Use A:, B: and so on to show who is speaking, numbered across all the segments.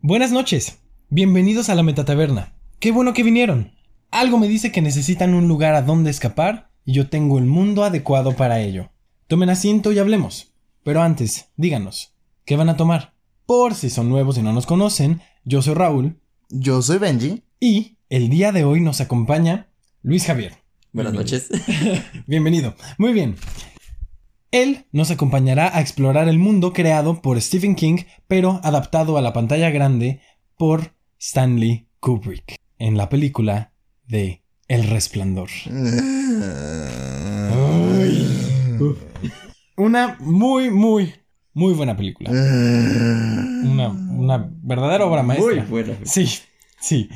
A: Buenas noches. Bienvenidos a la Metataberna. Qué bueno que vinieron. Algo me dice que necesitan un lugar a donde escapar y yo tengo el mundo adecuado para ello. Tomen asiento y hablemos. Pero antes, díganos, ¿qué van a tomar? Por si son nuevos y no nos conocen, yo soy Raúl
B: Yo soy Benji.
A: y el día de hoy nos acompaña Luis Javier.
C: Buenas noches.
A: Bienvenido. Muy bien. Él nos acompañará a explorar el mundo creado por Stephen King, pero adaptado a la pantalla grande por Stanley Kubrick en la película de El Resplandor. Una muy, muy, muy buena película. Una, una verdadera obra maestra.
C: buena.
A: Sí, sí.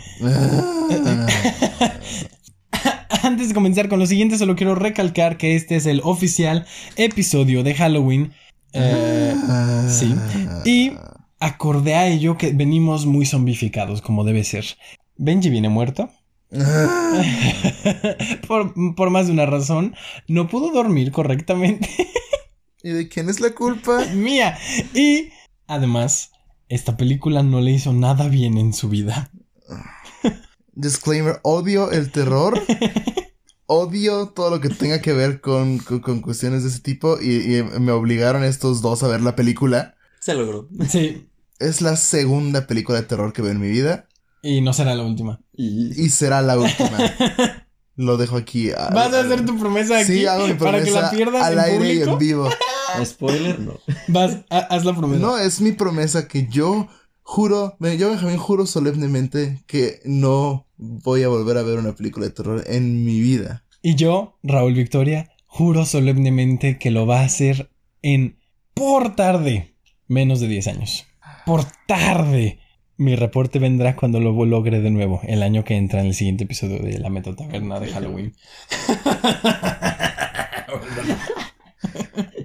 A: Antes de comenzar con lo siguiente, solo quiero recalcar que este es el oficial episodio de Halloween. Eh, sí. Y acorde a ello que venimos muy zombificados, como debe ser. Benji viene muerto. por, por más de una razón. No pudo dormir correctamente.
B: ¿Y de quién es la culpa?
A: Mía. Y además, esta película no le hizo nada bien en su vida.
B: Disclaimer, odio el terror. Odio todo lo que tenga que ver con, con- con cuestiones de ese tipo y, y me obligaron estos dos a ver la película.
C: Se logró.
A: Sí.
B: Es la segunda película de terror que veo en mi vida
A: Y no será la última.
C: Y
B: y será la última. Lo dejo aquí.
A: ¿Vas a hacer tu promesa aquí
B: Ah, Sí, hago mi
A: para que la
B: promesa
A: pierdas
B: al
A: en
B: aire y
A: público?
B: en vivo.
C: spoiler, no.
A: Vas, ha- haz la promesa.
B: No, es mi promesa que yo juro, me- yo Benjamín juro solemnemente que no voy a volver a ver una película de terror en mi vida.
A: Y yo, Raúl Victoria, juro solemnemente que lo va a hacer en por tarde menos de 10 años. Por tarde. Mi reporte vendrá cuando lo logre de nuevo, el año que entra en el siguiente episodio de La Meta Taberna de Halloween.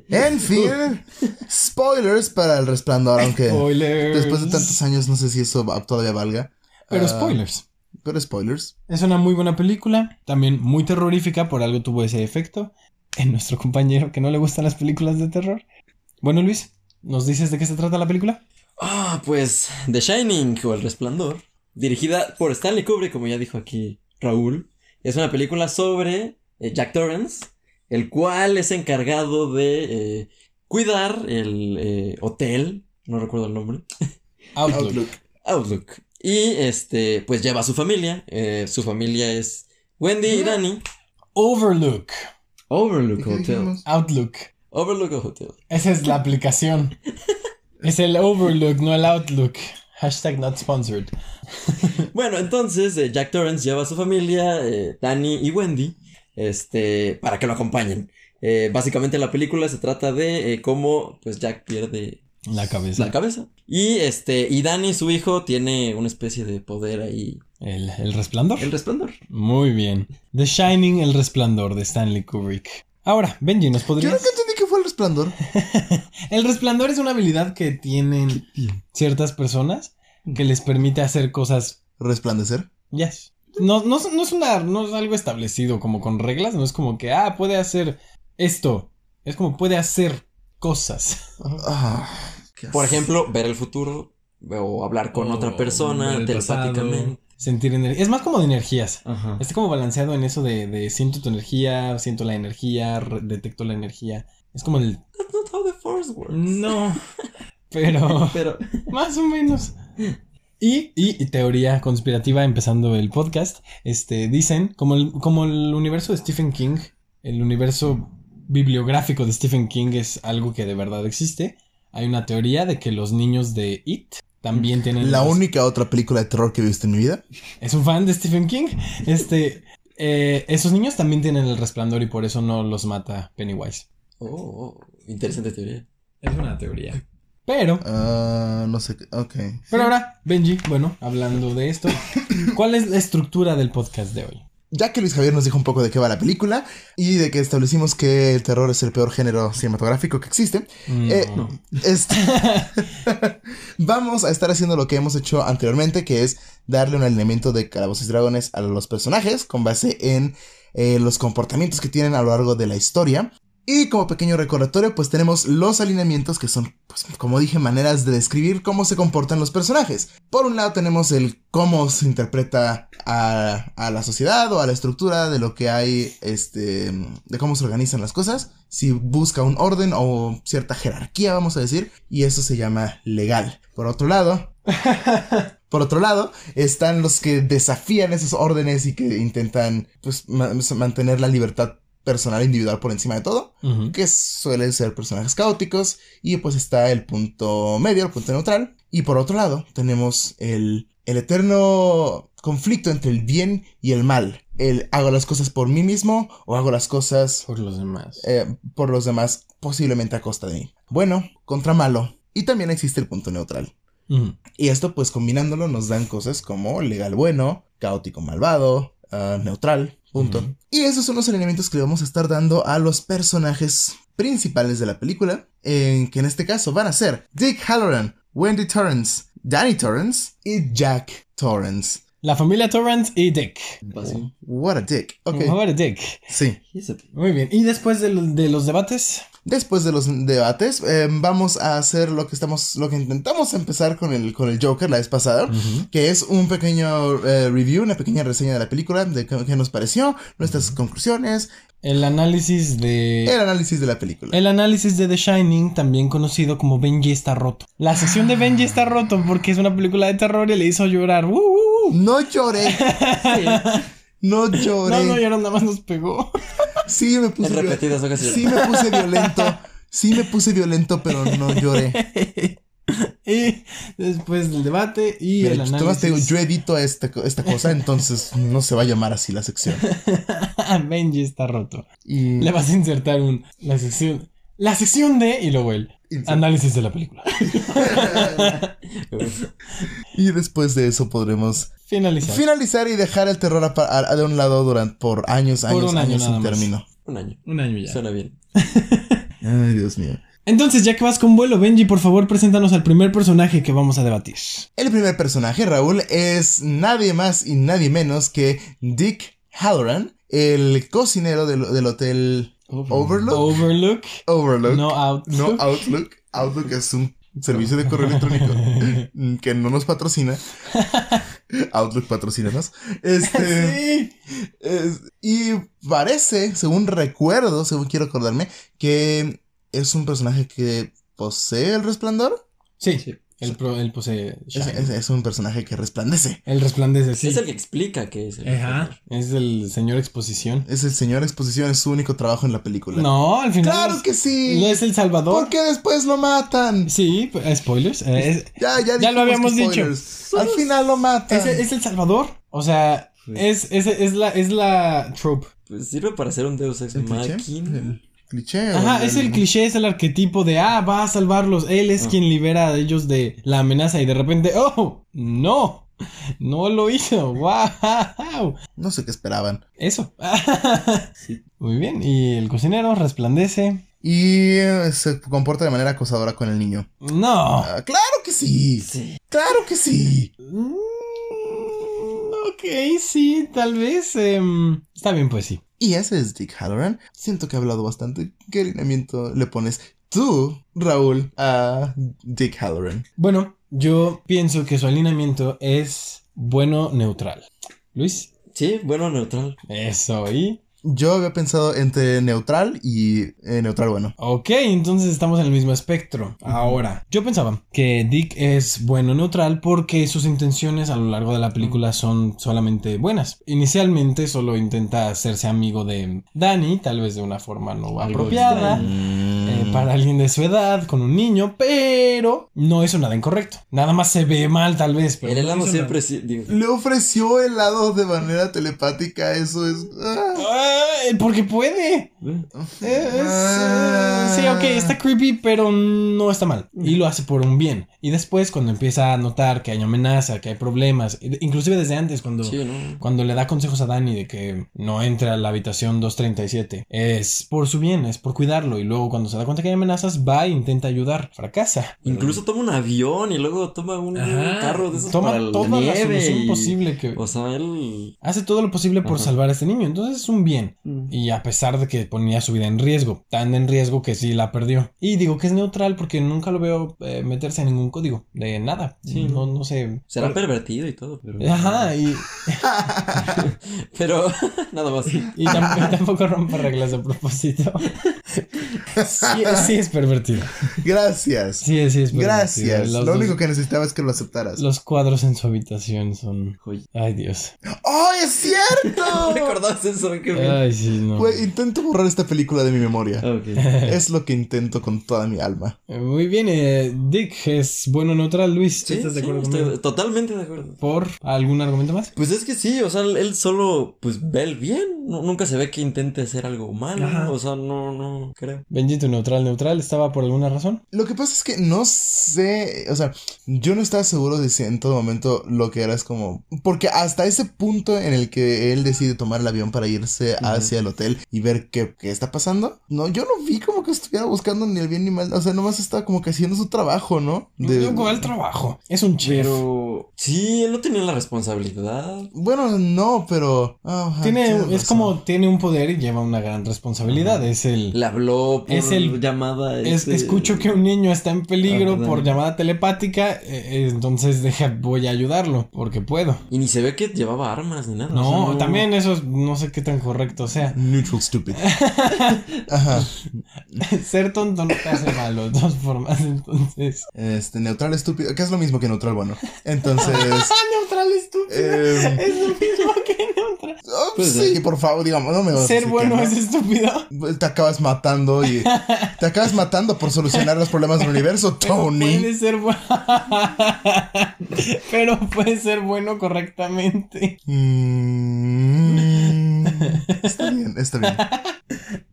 B: En fin, spoilers para el resplandor, aunque
A: Spoilers.
B: Eh, después de tantos años no sé si eso va- todavía valga.
A: Pero
B: Ah,
A: spoilers.
B: Pero spoilers.
A: Es una muy buena película, también muy terrorífica, por algo tuvo ese efecto en nuestro compañero que no le gustan las películas de terror. Bueno, Luis, ¿nos dices de qué se trata la película?
C: Ah, pues The Shining o El Resplandor, dirigida por Stanley Kubrick, como ya dijo aquí Raúl, es una película sobre eh, Jack Torrance, el cual es encargado de eh, cuidar el eh, hotel, no recuerdo el nombre,
B: Outlook.
C: Outlook. Y este, pues lleva a su familia, eh, su familia es Wendy y Danny.
A: Overlook.
B: ¿Y
C: Overlook
B: qué
C: Hotel.
B: dijimos?
A: Outlook.
C: Overlook Hotel.
A: Esa es la aplicación. Es el Overlook, no el Outlook. Hashtag not sponsored.
C: Bueno, entonces eh, Jack Torrance lleva a su familia, eh, Danny y Wendy, este, para que lo acompañen. Eh, básicamente la película se trata de eh, cómo pues Jack pierde
A: La cabeza.
C: la cabeza. Y este, y Danny, su hijo, tiene una especie de poder ahí.
A: El, el resplandor.
C: El resplandor.
A: Muy bien. The Shining, el resplandor de Stanley Kubrick. Ahora, Benji, ¿nos
B: Yo
A: podrías...?
B: nunca entendí que fue el resplandor.
A: El resplandor es una habilidad que tienen ciertas personas que les permite hacer cosas.
B: Resplandecer.
A: Yes. No, no, es- no es una, no es algo establecido como con reglas, no es como que, ah, puede hacer esto. Es como puede hacer cosas.
B: Ah, qué
C: Por
B: asco.
C: ejemplo, ver el futuro o hablar con otra
A: O
C: persona
A: Oh, ver el
C: telepáticamente.
A: pasado, Sentir energía. Es más como de energías.
C: Ajá.
A: Está como balanceado en eso de, de siento tu energía, siento la energía, re- detecto la energía. Es como el...
C: That's not how the force works.
A: No. Pero...
C: Pero
A: Más o menos. Y, y- y teoría conspirativa, empezando el podcast, este, dicen, como el, como el universo de Stephen King, el universo bibliográfico de Stephen King es algo que de verdad existe, hay una teoría de que los niños de It también tienen...
B: La
A: los-
B: única otra película de terror que he visto en mi vida.
A: es un fan de Stephen King. Este, eh, esos niños también tienen el resplandor y por eso no los mata Pennywise.
C: Oh, oh, interesante teoría.
A: Es una teoría. Pero,
B: Ah, no sé. qué- Ok.
A: pero ahora, Benji, bueno, hablando de esto, ¿cuál es la estructura del podcast de hoy?
B: Ya que Luis Javier nos dijo un poco de qué va la película y de que establecimos que el terror es el peor género cinematográfico que existe, Eh,
A: No.
B: este- vamos a estar haciendo lo que hemos hecho anteriormente, que es darle un alineamiento de calabozos y dragones a los personajes con base en eh, los comportamientos que tienen a lo largo de la historia. Y como pequeño recordatorio, pues tenemos los alineamientos que son, pues, como dije, maneras de describir cómo se comportan los personajes. Por un lado tenemos el cómo se interpreta a, a la sociedad o a la estructura de lo que hay, este, de cómo se organizan las cosas, si busca un orden o cierta jerarquía, vamos a decir, y eso se llama legal. Por otro lado, por otro lado, están los que desafían esos órdenes y que intentan, pues, ma- mantener la libertad personal e individual por encima de todo
A: Ujú.
B: que suelen ser personajes caóticos y pues está el punto medio, el punto neutral. Y por otro lado tenemos el, el eterno conflicto entre el bien y el mal. El hago las cosas por mí mismo o hago las cosas
A: Por los demás.
B: eh, por los demás, posiblemente a costa de mí. Bueno, contra malo. Y también existe el punto neutral.
A: Ujú.
B: Y esto, pues combinándolo, nos dan cosas como legal bueno, caótico malvado, ah, neutral, punto.
A: Ujú.
B: Y esos son los alineamientos que le vamos a estar dando a los personajes principales de la película, en que en este caso van a ser Dick Halloran, Wendy Torrance, Danny Torrance y Jack Torrance. Oh,
A: La familia Torrance y Dick.
C: Fácil.
B: What a dick. Ok,
A: Vamos a ver, Dick.
B: sí.
C: Y ese-
A: Muy bien. Y después de, lo- de los debates,
B: Después de los debates, eh, vamos a hacer lo que estamos, lo que intentamos empezar con el, con el Joker la vez pasada, que es un pequeño eh, review, una pequeña reseña de la película, de qué, qué nos pareció, nuestras conclusiones,
A: el análisis de.
B: el análisis de la película.
A: El análisis de The Shining, también conocido como Benji está roto. La sesión de Benji está roto porque es una película de terror y le hizo llorar. ¡Uh, uh, uh!
B: No lloré, no lloré.
A: No, no lloró, nada más nos pegó.
B: Sí me puse
C: En
B: viol-
C: repetidas ocasiones.
B: Sí me puse violento. Sí me puse violento, pero no lloré.
A: y después del debate y
B: Mira,
A: el
B: yo- nomás te digo,
A: análisis.
B: yo edito esta, co- esta cosa, entonces no se va a llamar así la sección.
A: Benji está roto.
B: Y
A: Le vas a insertar un. La sección. La sección de. Y luego el análisis de la película.
B: Y después de eso podremos
A: Finalizar.
B: finalizar y dejar el terror apa- a- a- de un lado durante por años,
A: Por
B: años,
A: un año
B: años
A: nada
B: sin
A: más.
B: término.
C: Un año.
A: Un año ya.
C: Suena bien.
B: Ay, Dios mío.
A: Entonces, ya que vas con vuelo, Benji, por favor, preséntanos al primer personaje que vamos a debatir.
B: El primer personaje, Raúl, es nadie más y nadie menos que Dick Halloran, el cocinero del, del hotel Overlook.
A: Overlook.
B: Overlook.
A: No out.
B: No, Outlook. Outlook es un servicio de correo electrónico mm, que no nos patrocina. Outlook patrocínanos. Este.
A: Sí.
B: Es- y parece, según recuerdo, según quiero acordarme, que es un personaje que posee el resplandor.
A: Sí,
C: Sí.
A: El, pro- el posee
B: Es,
A: Shine.
B: es- es un personaje que resplandece.
A: El resplandece, sí.
C: Es el que explica que es el.
A: Ajá. Es el señor exposición.
B: Es el señor exposición, es su único trabajo en la película.
A: No, al final.
B: ¡Claro
A: es-
B: que sí!
A: No es el Salvador.
B: ¿Por qué después lo matan?
A: Sí, pues, spoilers. eh, es,
B: Ya, ya,
A: Ya lo
B: dijimos
A: habíamos
B: que
A: dicho.
B: spoilers. Al final lo matan.
A: es- es el Salvador. O sea,
C: Sí.
A: es, es, es la, es la trope.
C: Eh, Pues sirve para hacer un Deus Ex
B: ¿El cliché?
C: Machina.
B: ¿El cliché o
A: Ajá,
B: el-
A: es el cliché, es el arquetipo de, ah, va a salvarlos. Él es
C: Ah.
A: quien libera a ellos de la amenaza y de repente, oh, no, no lo hizo. Wow.
B: No sé qué esperaban.
A: Eso.
C: Sí.
A: Muy bien. Y el cocinero resplandece.
B: Y eh, se comporta de manera acosadora con el niño.
A: No.
B: Ah, ¡Claro que sí!
C: Sí.
B: ¡Claro que sí!
A: Mm, ok, sí, tal vez. em, está bien, pues sí.
B: Y ese es Dick Halloran. Siento que he hablado bastante. ¿Qué alineamiento le pones tú, Raúl, a Dick Halloran?
A: Bueno, yo pienso que su alineamiento es bueno neutral. Luis,
C: Sí, bueno, neutral.
A: eso, y.
B: Yo había pensado entre neutral y eh, neutral bueno.
A: Ok, entonces estamos en el mismo espectro. Ahora, yo pensaba que Dick es bueno neutral porque sus intenciones a lo largo de la película son solamente buenas. Inicialmente solo intenta hacerse amigo de Danny, tal vez de una forma no
C: Algo
A: apropiada.
C: extraña.
A: eh, para alguien de su edad, con un niño, pero no hizo nada incorrecto. Nada más se ve mal, tal vez. Pero
C: el
A: no
C: helado
A: hizo
C: siempre
A: nada.
C: sí. digo,
B: Le ofreció helado de manera telepática, eso es... ah.
A: Ah, porque puede. Eh, es,
C: Ah.
A: eh, sí, ok, está creepy, pero no está mal. Y lo hace por un bien. Y después, cuando empieza a notar que hay amenaza, que hay problemas, e- inclusive desde antes, cuando,
C: Sí, ¿no?
A: cuando le da consejos a Dani de que no entre a la habitación 237, es por su bien, es por cuidarlo. Y luego, cuando se da cuenta que hay amenazas, va e intenta ayudar. Fracasa.
C: Incluso toma un avión y luego toma un
A: Ajá.
C: carro de esos
A: Toma
C: para la
A: toda la
C: nieve
A: solución
C: y-
A: posible que...
C: O sea, él...
A: Hace todo lo posible por
C: Ajá.
A: salvar a este niño. Entonces es un bien. Y a pesar de que ponía su vida en riesgo. Tan en riesgo que sí la perdió. Y digo que es neutral porque nunca lo veo eh, meterse en ningún código. De nada.
C: Sí,
A: no, no sé.
C: Será pervertido y todo, pero...
A: Ajá, y,
C: Pero nada más.
A: y tam- y tampoco rompe reglas a propósito. Sí, eh, sí es pervertido.
B: ah. Gracias.
A: Sí, sí es pervertido.
B: Gracias.
A: Los
B: Lo
A: dos-
B: único que necesitaba es que lo aceptaras.
A: Los cuadros en su habitación son...
C: Oye,
A: Ay, Dios.
B: ¡Oh, es
C: ¿no
B: cierto!
C: recordabas eso? Qué bien.
A: Ay, sí, no.
B: Güey, intento borrar esta película de mi memoria.
C: Ok.
B: Es lo que intento con toda mi alma.
A: Muy bien, eh, Dick es bueno neutral, Luis.
C: Sí,
A: ¿Estás de
C: sí,
A: acuerdo
C: estoy
A: conmigo?
C: totalmente de acuerdo.
A: ¿Por algún argumento más?
C: Pues es que sí, o sea, él solo, pues, ve el bien. No- nunca se ve que intente hacer algo malo.
A: Ajá.
C: O sea, no, no, creo.
A: Benji, tu neutral, neutral, ¿estaba por alguna razón?
B: Lo que pasa es que no sé, o sea, yo no estaba seguro de si en todo momento lo que era es como... Porque hasta ese punto en el que él decide tomar el avión para irse
C: Ujú.
B: hacia el hotel y ver qué, qué está pasando, no, yo no vi como que estuviera buscando ni el bien ni mal, o sea, nomás estaba como que haciendo su trabajo, ¿no? De-
A: Yo con el trabajo. Es un chef.
C: Pero sí, él no tenía la responsabilidad.
B: Bueno, no, pero... ah,
A: Tiene,
B: tienes
A: es
B: razón.
A: como tiene un poder y lleva una gran responsabilidad. Es el.
C: Le habló por
A: Es el-
C: llamada.
A: es-
C: este- Ah,
A: Escucho que un niño está en peligro
C: Ajá.
A: por llamada telepática, eh, eh, entonces deja, voy a ayudarlo porque puedo.
C: Y ni se ve que llevaba armas ni nada. o sea,
A: No, también eso es- no sé qué tan correcto sea.
B: Neutral stupid. Ajá.
A: Ser tonto no te hace malo, de todas formas, entonces.
B: Este, neutral estúpido, que es lo mismo que neutral bueno. Entonces...
A: Ah, neutral estúpido.
B: em,
A: Es lo mismo que neutral.
B: oh,
C: Pues,
B: sí,
C: eh.
B: por favor, digamos, no me vas a
A: Ser
B: decir que
A: bueno
B: no.
A: es estúpido.
B: te acabas matando y te acabas matando por solucionar los problemas del universo,
A: Pero
B: Tony.
A: Puede ser bueno. pero puede ser bueno correctamente.
B: Mm, está bien, está bien.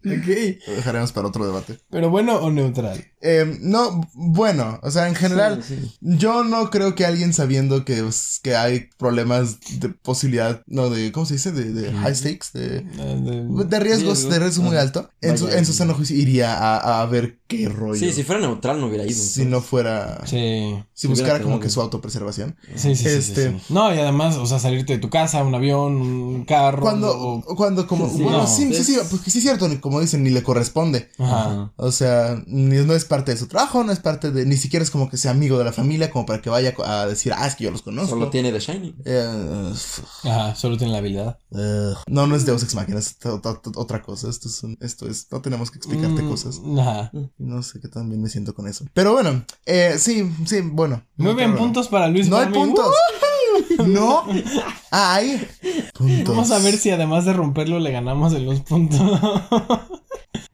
A: Ok.
B: Lo dejaremos para otro debate.
A: Pero bueno o neutral.
B: Em, no, bueno, o sea, en general,
C: Sí, sí.
B: yo no creo que alguien sabiendo que, pues, que hay problemas de posibilidad, no, de, ¿cómo se dice? De, de high stakes, de,
A: Eh, de-
B: de riesgos,
C: Riesgo.
B: de riesgo muy
C: Ajá.
B: alto, en su,
C: Vaya.
B: en su sano juicio iría a, a ver qué rollo.
C: Sí, si fuera neutral no hubiera ido.
B: si no fuera,
A: Sí.
B: si
C: hubiera
B: buscara como
C: quedado.
B: que su autopreservación.
A: Sí, sí, sí, sí,
B: Este-
A: sí. No, y además, o sea, salirte de tu casa, un avión, un carro.
B: Cuando,
A: o-
B: cuando como,
C: Sí,
B: bueno,
A: no.
B: sí, sí, sí,
C: Es-
B: pues que sí es cierto, ni- como dicen, ni le corresponde.
A: Ajá.
B: O sea, ni- no es parte de su trabajo, no es parte de, ni siquiera es como que sea amigo de la familia, como para que vaya co- a decir, ah, es que yo los conozco.
C: Solo tiene The Shining.
B: Eh, f-
A: Ajá, solo tiene la habilidad.
B: eh, no, no es Deus Ex Machina, es to- to- to- otra cosa. Esto es, un- esto es, no tenemos que explicarte
A: Mm,
B: cosas.
A: Ajá.
B: No sé qué tan bien me siento con eso. Pero bueno, eh, sí, sí, bueno.
A: Muy bien,
B: Pero bueno.
A: puntos para Luis.
B: No hay
A: Farming.
B: puntos. No Ah, hay puntos.
A: Vamos a ver si además de romperlo le ganamos en los puntos.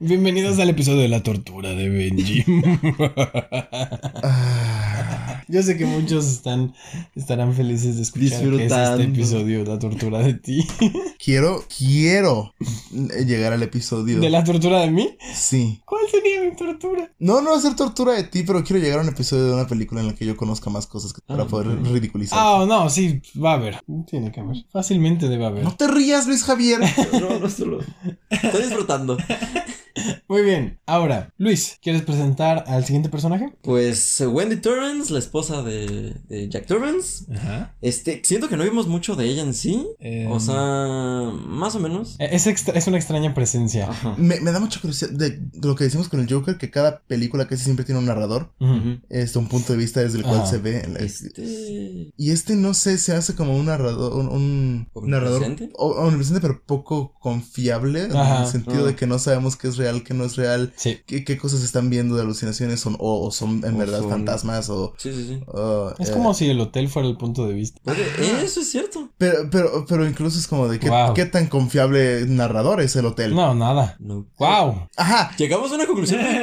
A: Bienvenidos al episodio de la tortura de Benji.
B: Ah,
A: Yo sé que muchos están estarán felices de escuchar que es
C: Disfrutando.
A: este episodio la tortura de ti,
B: quiero, quiero llegar al episodio.
A: de la tortura de mí.
B: Sí.
A: ¿Cuál sería mi tortura?
B: No, no va a ser tortura de ti, pero quiero llegar a un episodio de una película en la que yo conozca más cosas que- para
C: Ah,
B: poder
C: ok.
B: ridiculizar.
A: Ah, no, sí, va a haber. Tiene que haber. Fácilmente debe haber.
B: No te rías, Luis Javier.
C: No, no solo. Estoy disfrutando.
A: Muy bien. Ahora, Luis, ¿quieres presentar al siguiente personaje?
C: Pues eh, Wendy Turrens, la esposa de, de Jack Turrens.
A: Ajá.
C: Este, siento que no vimos mucho de ella en sí.
A: Em,
C: O sea, más o menos.
A: Eh, es, extra- es una extraña presencia.
C: Ajá.
B: Me, me da mucha curiosidad de lo que decimos con el Joker, que cada película casi siempre tiene un narrador,
A: Ujú.
C: Ujú.
B: este, un punto de vista desde el cual
A: Ajá.
B: se ve. en la-
C: Este.
B: Y este, no sé, se hace como un narrador, un, un narrador
C: ¿Omnipresente?
B: o- omnipresente, pero poco confiable, en
A: Ajá.
B: el sentido de
C: Ah.
B: que no sabemos qué es real, qué no es real,
A: Sí.
B: qué, qué cosas están viendo de alucinaciones son, o, o son en
C: O
B: verdad
C: son-
B: fantasmas o...
C: Sí, sí, sí.
B: o,
A: Es
B: eh,
A: como si el hotel fuera el punto de vista.
C: Oye,
B: Ajá.
C: eso es cierto.
B: Pero, pero, pero incluso es como de qué,
A: Wow.
B: qué tan confiable narrador es el hotel.
A: No, nada.
C: No.
A: ¡Wow!
B: Ajá.
C: Llegamos a una conclusión muy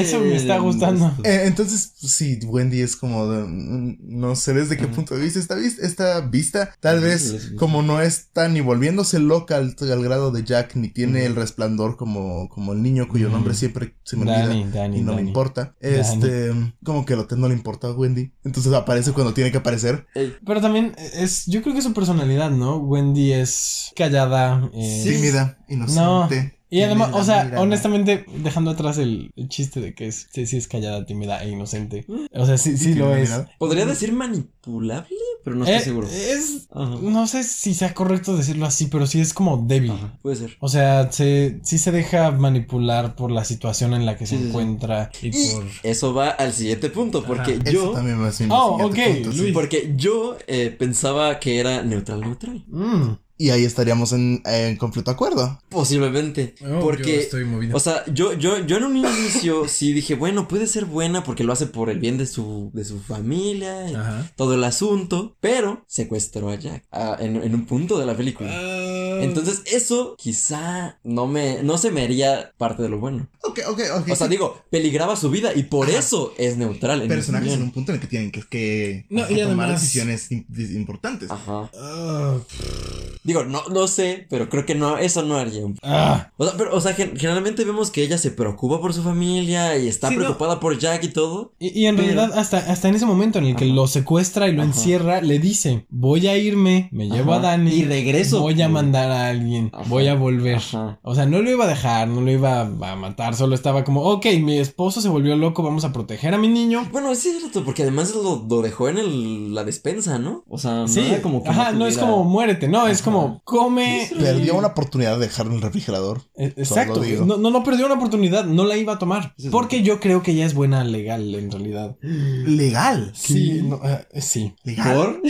A: Eso me está gustando.
B: Eh, entonces, sí, Wendy es como de, mm, no sé desde qué
C: Ajá.
B: punto de vista esta, vis- esta vista. Tal
C: Ajá,
B: vez
C: les-
B: como no es tan ni volviéndose loca al, al grado de Jack, ni tiene
C: Ujú.
B: el resplandor como, como el niño cuyo
A: Ujú.
B: nombre siempre se me olvida.
A: Dani, Dani,
B: Y no
A: Dani.
B: me importa.
A: Dani.
B: Este, como que el hotel no le importa a Wendy. Entonces aparece cuando tiene que aparecer.
C: Ey,
A: Pero también es, yo creo que es su personalidad, ¿no? Wendy es callada, eh,
C: Sí.
B: Tímida, inocente.
A: Y además,
B: Mira,
A: o sea,
B: mira.
A: honestamente, dejando atrás el, el chiste de que es, sí, sí es callada, tímida e inocente. O sea, sí, sí lo es.
C: Podría decir manipulable, pero no estoy
A: Eh,
C: seguro.
A: Es,
C: Ajá.
A: no sé si sea correcto decirlo así, pero sí es como débil.
C: Ajá, Puede ser.
A: O sea, se, sí se deja manipular por la situación en la que
C: Sí,
A: se
C: sí, sí.
A: encuentra y,
C: Y
A: por...
C: eso va al siguiente punto, porque
A: Ajá.
B: Yo
C: yo.
B: también me hace mi
A: Oh,
B: siguiente
A: ok,
B: punto, sí.
A: Luis.
C: Porque yo eh, pensaba que era neutral, neutral.
A: Mm.
B: Y ahí estaríamos en, en completo acuerdo.
C: Posiblemente.
A: Oh, yo
C: porque.
A: estoy movido.
C: O sea, yo, yo, yo en un inicio sí dije, bueno, puede ser buena porque lo hace por el bien de su, de su familia y
A: Ajá.
C: todo el asunto, pero secuestró a Jack ah, en, en un punto de la película.
A: Ah.
C: Entonces, eso quizá no me, no se me haría parte de lo bueno.
B: Ok, ok, ok.
C: O sea, digo, peligraba su vida y por eso es neutral. En mi
B: personajes en
C: opinión.
B: un punto en el que tienen que, que
A: No, y
B: tomar
A: además-
B: decisiones im- dis- importantes.
C: Ajá.
A: Ah, pff,
C: Digo, no, no sé, pero creo que no, eso no haría un
A: ah.
C: O sea, pero, o sea, gen- generalmente vemos que ella se preocupa por su familia y está
A: Sí, no.
C: preocupada por Jack y todo.
A: Y, y en
C: Pero-
A: realidad, hasta, hasta en ese momento en el que
C: Ajá.
A: lo secuestra y lo
C: Ajá.
A: encierra, le dice, voy a irme, me llevo
C: Ajá.
A: a Dani.
C: Y regreso.
A: Voy a mandar a alguien,
C: Ajá.
A: voy a volver.
C: Ajá.
A: O sea, no lo iba a dejar, no lo iba a matar, solo estaba como, ok, mi esposo se volvió loco, vamos a proteger a mi niño.
C: Bueno, es cierto, porque además lo, lo dejó en el- la despensa, ¿no? O sea, no
A: sí,
C: era como que
A: ajá, no es
C: tuviera-
A: como muérete, no, es
C: Ajá.
A: como come.
C: Sí, sí.
B: Perdió una oportunidad de dejarlo en el refrigerador.
A: Eh, Exacto,
B: Solo digo.
A: no, no, no perdió una oportunidad, no la iba a tomar.
C: Sí, sí.
A: Porque yo creo que ella es buena legal, en realidad.
B: Legal.
A: Sí, no, eh, sí,
B: Legal.
C: ¿Por?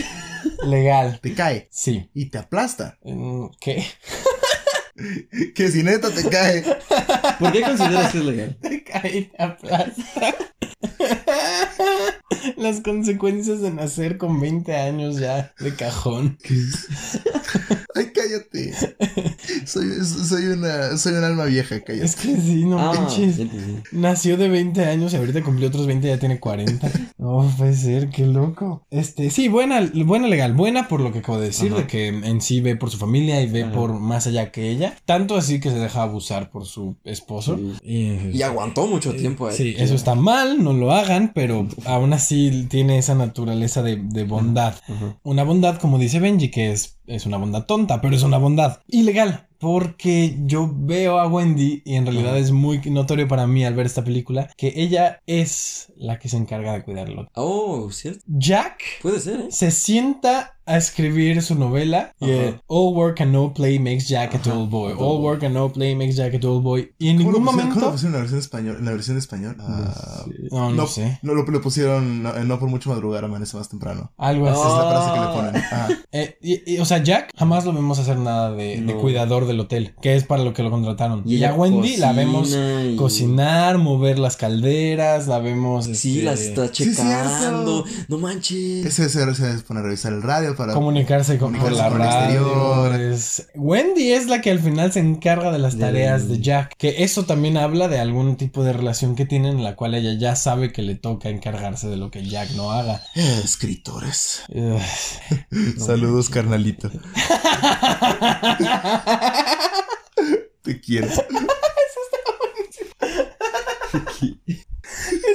A: legal,
B: Te cae
A: sí.
B: y te aplasta.
A: Mm, ¿Qué?
B: Que si neta te cae.
C: ¿Por qué consideras que es legal?
A: Caí te aplasta. Las consecuencias de nacer con 20 años ya de cajón.
B: Ay, cállate. Soy, soy una soy un alma vieja, cállate.
A: Es que sí, no
C: Ah,
A: manches.
C: ya entendí.
A: Nació de 20 años y ahorita cumplió otros 20 y ya tiene 40. No puede ser, qué loco. Este, sí, buena, buena legal, buena por lo que acabo de decir,
C: Ajá.
A: de que en sí ve por su familia y ve
C: Ajá.
A: por más allá que ella. Tanto así que se deja abusar por su esposo.
C: Sí.
A: Y, este,
C: Y aguantó mucho tiempo. eh.
A: Sí, eso está mal, no lo hagan, pero aún así tiene esa naturaleza de, de bondad.
C: Ajá.
A: Una bondad, como dice Benji, que es, es una bondad tonta, pero es una bondad ilegal. Porque yo veo a Wendy, y en realidad
C: Ajá.
A: es muy notorio para mí al ver esta película, que ella es la que se encarga de cuidarlo.
C: Oh, cierto.
A: Jack
C: Puede ser, ¿eh?
A: se sienta a escribir su novela y,
C: Ajá.
A: eh, All work and no play makes Jack a
C: Ajá.
A: dull boy.
C: Dull
A: All
C: boy.
A: work and no play makes Jack a dull boy. Y en
B: ¿Cómo lo
A: ningún
B: pusieron- ¿Cómo lo
A: momento...
B: pusieron en la versión español? En la versión español. Ah,
A: No, no sé.
B: No lo, lo pusieron, no, eh, no por mucho madrugar, amanece más temprano.
A: Algo así.
B: Esa es la
C: Ah.
B: frase que le ponen. Ajá.
A: Eh, y- y, o sea, Jack jamás lo vemos hacer nada de, de
C: No.
A: cuidador del hotel, que es para lo que lo contrataron. Y, a Wendy la
C: cocina
A: vemos
C: y-
A: cocinar, mover las calderas, la vemos
C: Sí,
A: este,
C: las está
B: Sí, es cierto.
C: checando. no manches.
B: Ese ese- ese se pone a revisar el radio para.
A: comunicarse con, por la
B: comunicarse con el
A: radio.
B: exterior.
A: es- Wendy es la que al final se encarga de las
C: Del-
A: tareas de Jack, que eso también habla de algún tipo de relación que tienen en la cual ella ya sabe que le toca encargarse de lo que Jack no haga.
B: Eh, Escritores.
A: Ugh.
B: Saludos, carnalito. Te quiero.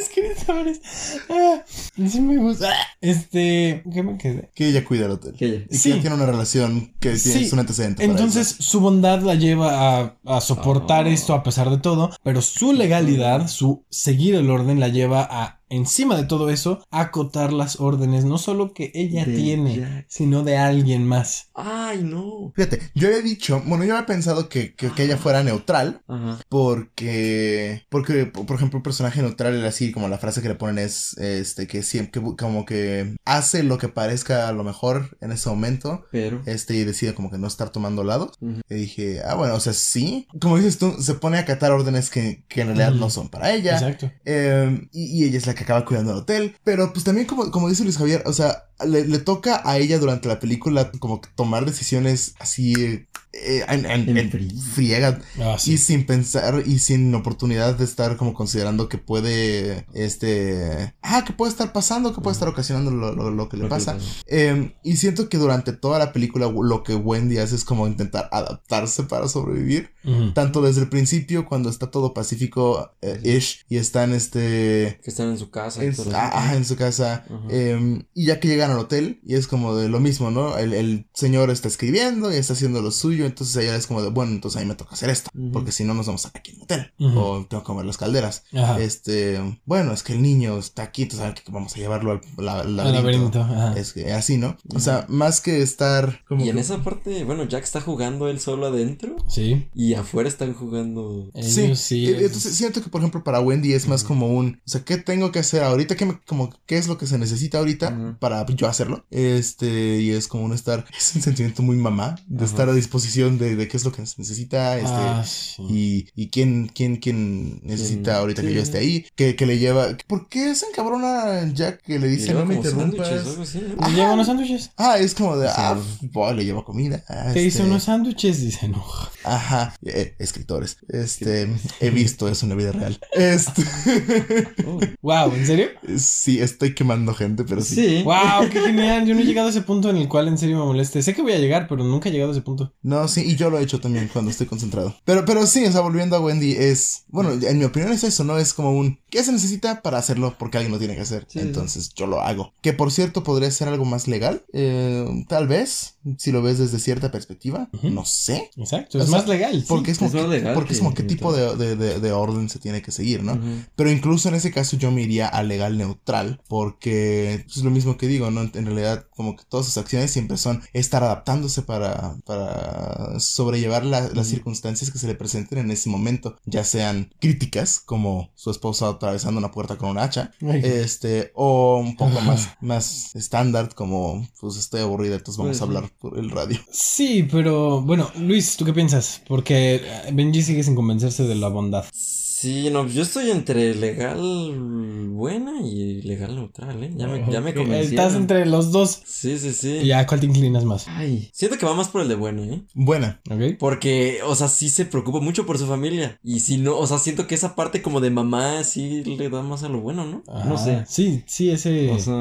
A: Escritores. Ah, sí me gusta. Ah, Este, ¿qué me quedé?
B: Que ella cuida el hotel.
C: Que ella-
B: Y
A: Sí.
B: que ella tiene una relación que tiene
A: Sí.
B: es un antecedente. para
A: Entonces
B: eso.
A: su bondad la lleva a, a soportar
C: Ah.
A: esto a pesar de todo, pero su legalidad, su seguir el orden la lleva a, encima de todo eso, acotar las órdenes, no solo que ella
C: De
A: tiene,
C: Jack.
A: sino de alguien más.
C: Ay, no.
B: Fíjate, yo había dicho, bueno, yo había pensado que, que, que ella fuera neutral,
C: Ajá.
B: porque, porque, por ejemplo, un personaje neutral era así, como la frase que le ponen es, este, que siempre, que bu- como que hace lo que parezca a lo mejor en ese momento,
C: Pero.
B: este, y decide como que no estar tomando lados.
C: Ujú.
B: Y dije, ah, bueno, o sea, sí. Como dices tú, se pone a acatar órdenes que, que en realidad
A: Ujú.
B: no son para ella.
A: Exacto.
B: Eh, y, y ella es la que acaba cuidando el hotel. Pero pues también como, como dice Luis Javier, o sea, le, le toca a ella durante la película como que tomar decisiones así eh, eh, en, en-
C: En
B: en
C: frío.
B: friega
A: Ah, sí.
B: y sin pensar y sin oportunidad de estar como considerando que puede, este, ah, que puede estar pasando, que puede estar ocasionando lo, lo- lo que le
C: Lo que
B: pasa. Eh, y siento que durante toda la película lo que Wendy hace es como intentar adaptarse para sobrevivir
A: Ujú.
B: tanto desde el principio cuando está todo pacífico eh, ish y están este
C: Que están en su casa. y
B: en,
C: todo
B: su-
C: eso.
B: ah, ah, en su casa
C: Ajá.
A: Eh,
B: em, y ya que llegan al hotel y es como de lo mismo no el, el señor está escribiendo y está haciendo lo suyo suyo, entonces ella es como de, bueno, entonces a mí me toca hacer esto,
C: Ujú.
B: porque si no nos vamos a aquí en el hotel,
A: Ujú. Ah.
B: o tengo que comer las calderas.
A: Ajá.
B: Este, bueno, es que el niño está aquí, entonces a ver, que vamos a llevarlo al la- al
A: Al
B: laberinto.
A: laberinto. Ajá.
B: Es que así, ¿no? O sea, más que estar como...
C: Y en
B: que-
C: esa parte, bueno, Jack está jugando él solo adentro
A: Sí.
C: y afuera están jugando.
B: Sí,
A: Ellos sí.
B: eh,
A: les-
B: entonces siento que por ejemplo para Wendy es más
C: Ujú.
B: como un, o sea, ¿qué tengo que hacer ahorita? ¿Qué, me- como, ¿qué es lo que se necesita ahorita
C: Ujú.
B: para yo hacerlo? Este, y es como un estar, es un sentimiento muy mamá, de
C: Ajá.
B: estar a disposición de, de qué es lo que se necesita, este,
A: Ah, sí.
B: y, y quién, quién, quién necesita
C: ¿Quién?
B: ahorita que
C: Sí.
B: yo esté ahí, que, que le lleva, ¿por qué se encabrona Jack que le
C: y
B: dice
C: luego
B: no me
C: como sándwiches o
B: interrumpas?
C: algo así, ¿no?
A: Le lleva unos sándwiches.
B: Ah, es como de,
C: Sí.
B: ah, boy, le lleva comida. ah,
A: Te hice
B: este,
A: unos sándwiches, dice, no.
B: Ajá, eh, escritores. Este, he visto eso en la vida real. Este,
C: Oh.
A: Wow, ¿en serio?
B: sí, estoy quemando gente, pero Pues sí.
C: Pues Sí.
A: Wow, qué genial. Yo no he llegado a ese punto en el cual en serio me moleste. Sé que voy a llegar, pero nunca he llegado a ese punto.
B: No, sí, y yo lo he hecho también cuando estoy concentrado. Pero, pero sí, o sea, volviendo a Wendy, es, bueno, en mi opinión es eso, ¿no? Es como un, ¿qué se necesita para hacerlo? Porque alguien lo tiene que hacer.
C: Sí, sí.
B: Entonces yo lo hago. Que por cierto, podría ser algo más legal. eh, tal vez, si lo ves desde cierta perspectiva,
A: Ujú.
B: no sé.
A: Exacto,
B: O
A: es
B: sea,
A: más legal. sí.
B: Porque es como,
C: pues es más
B: que-
C: legal
B: porque es
C: que
B: como qué tipo de, de- de- de orden se tiene que seguir, ¿no? Pero incluso en ese caso yo me iría a legal neutral, porque es lo mismo que digo, ¿no? En realidad, como que todas sus acciones siempre son estar adaptándose para, para sobrellevar la- las
C: Ujú.
B: circunstancias que se le presenten en ese momento, ya sean críticas, como su esposa atravesando una puerta con un hacha,
A: Ay,
B: este, o un poco más, más estándar, como, pues estoy aburrida, entonces vamos
C: Pues,
B: a
C: sí.
B: hablar por el radio.
A: Sí, pero bueno, Luis, ¿tú qué piensas? Porque eh, Benji sigue sin convencerse de la bondad.
C: Sí, no, yo estoy entre legal buena y legal neutral, ¿eh? Ya me, ya me
A: Ok,
C: convencieron.
A: Estás entre los dos.
C: Sí, sí, sí.
A: ¿Y a cuál te inclinas más?
C: Ay, siento que va más por el de bueno, ¿eh?
B: Buena.
A: ¿Ok?
C: Porque, o sea, sí se preocupa mucho por su familia. Y si no, o sea, siento que esa parte como de mamá sí le da más a lo bueno, ¿no?
A: Ajá,
C: No sé.
A: Ah, Sí, sí, ese.
C: O sea,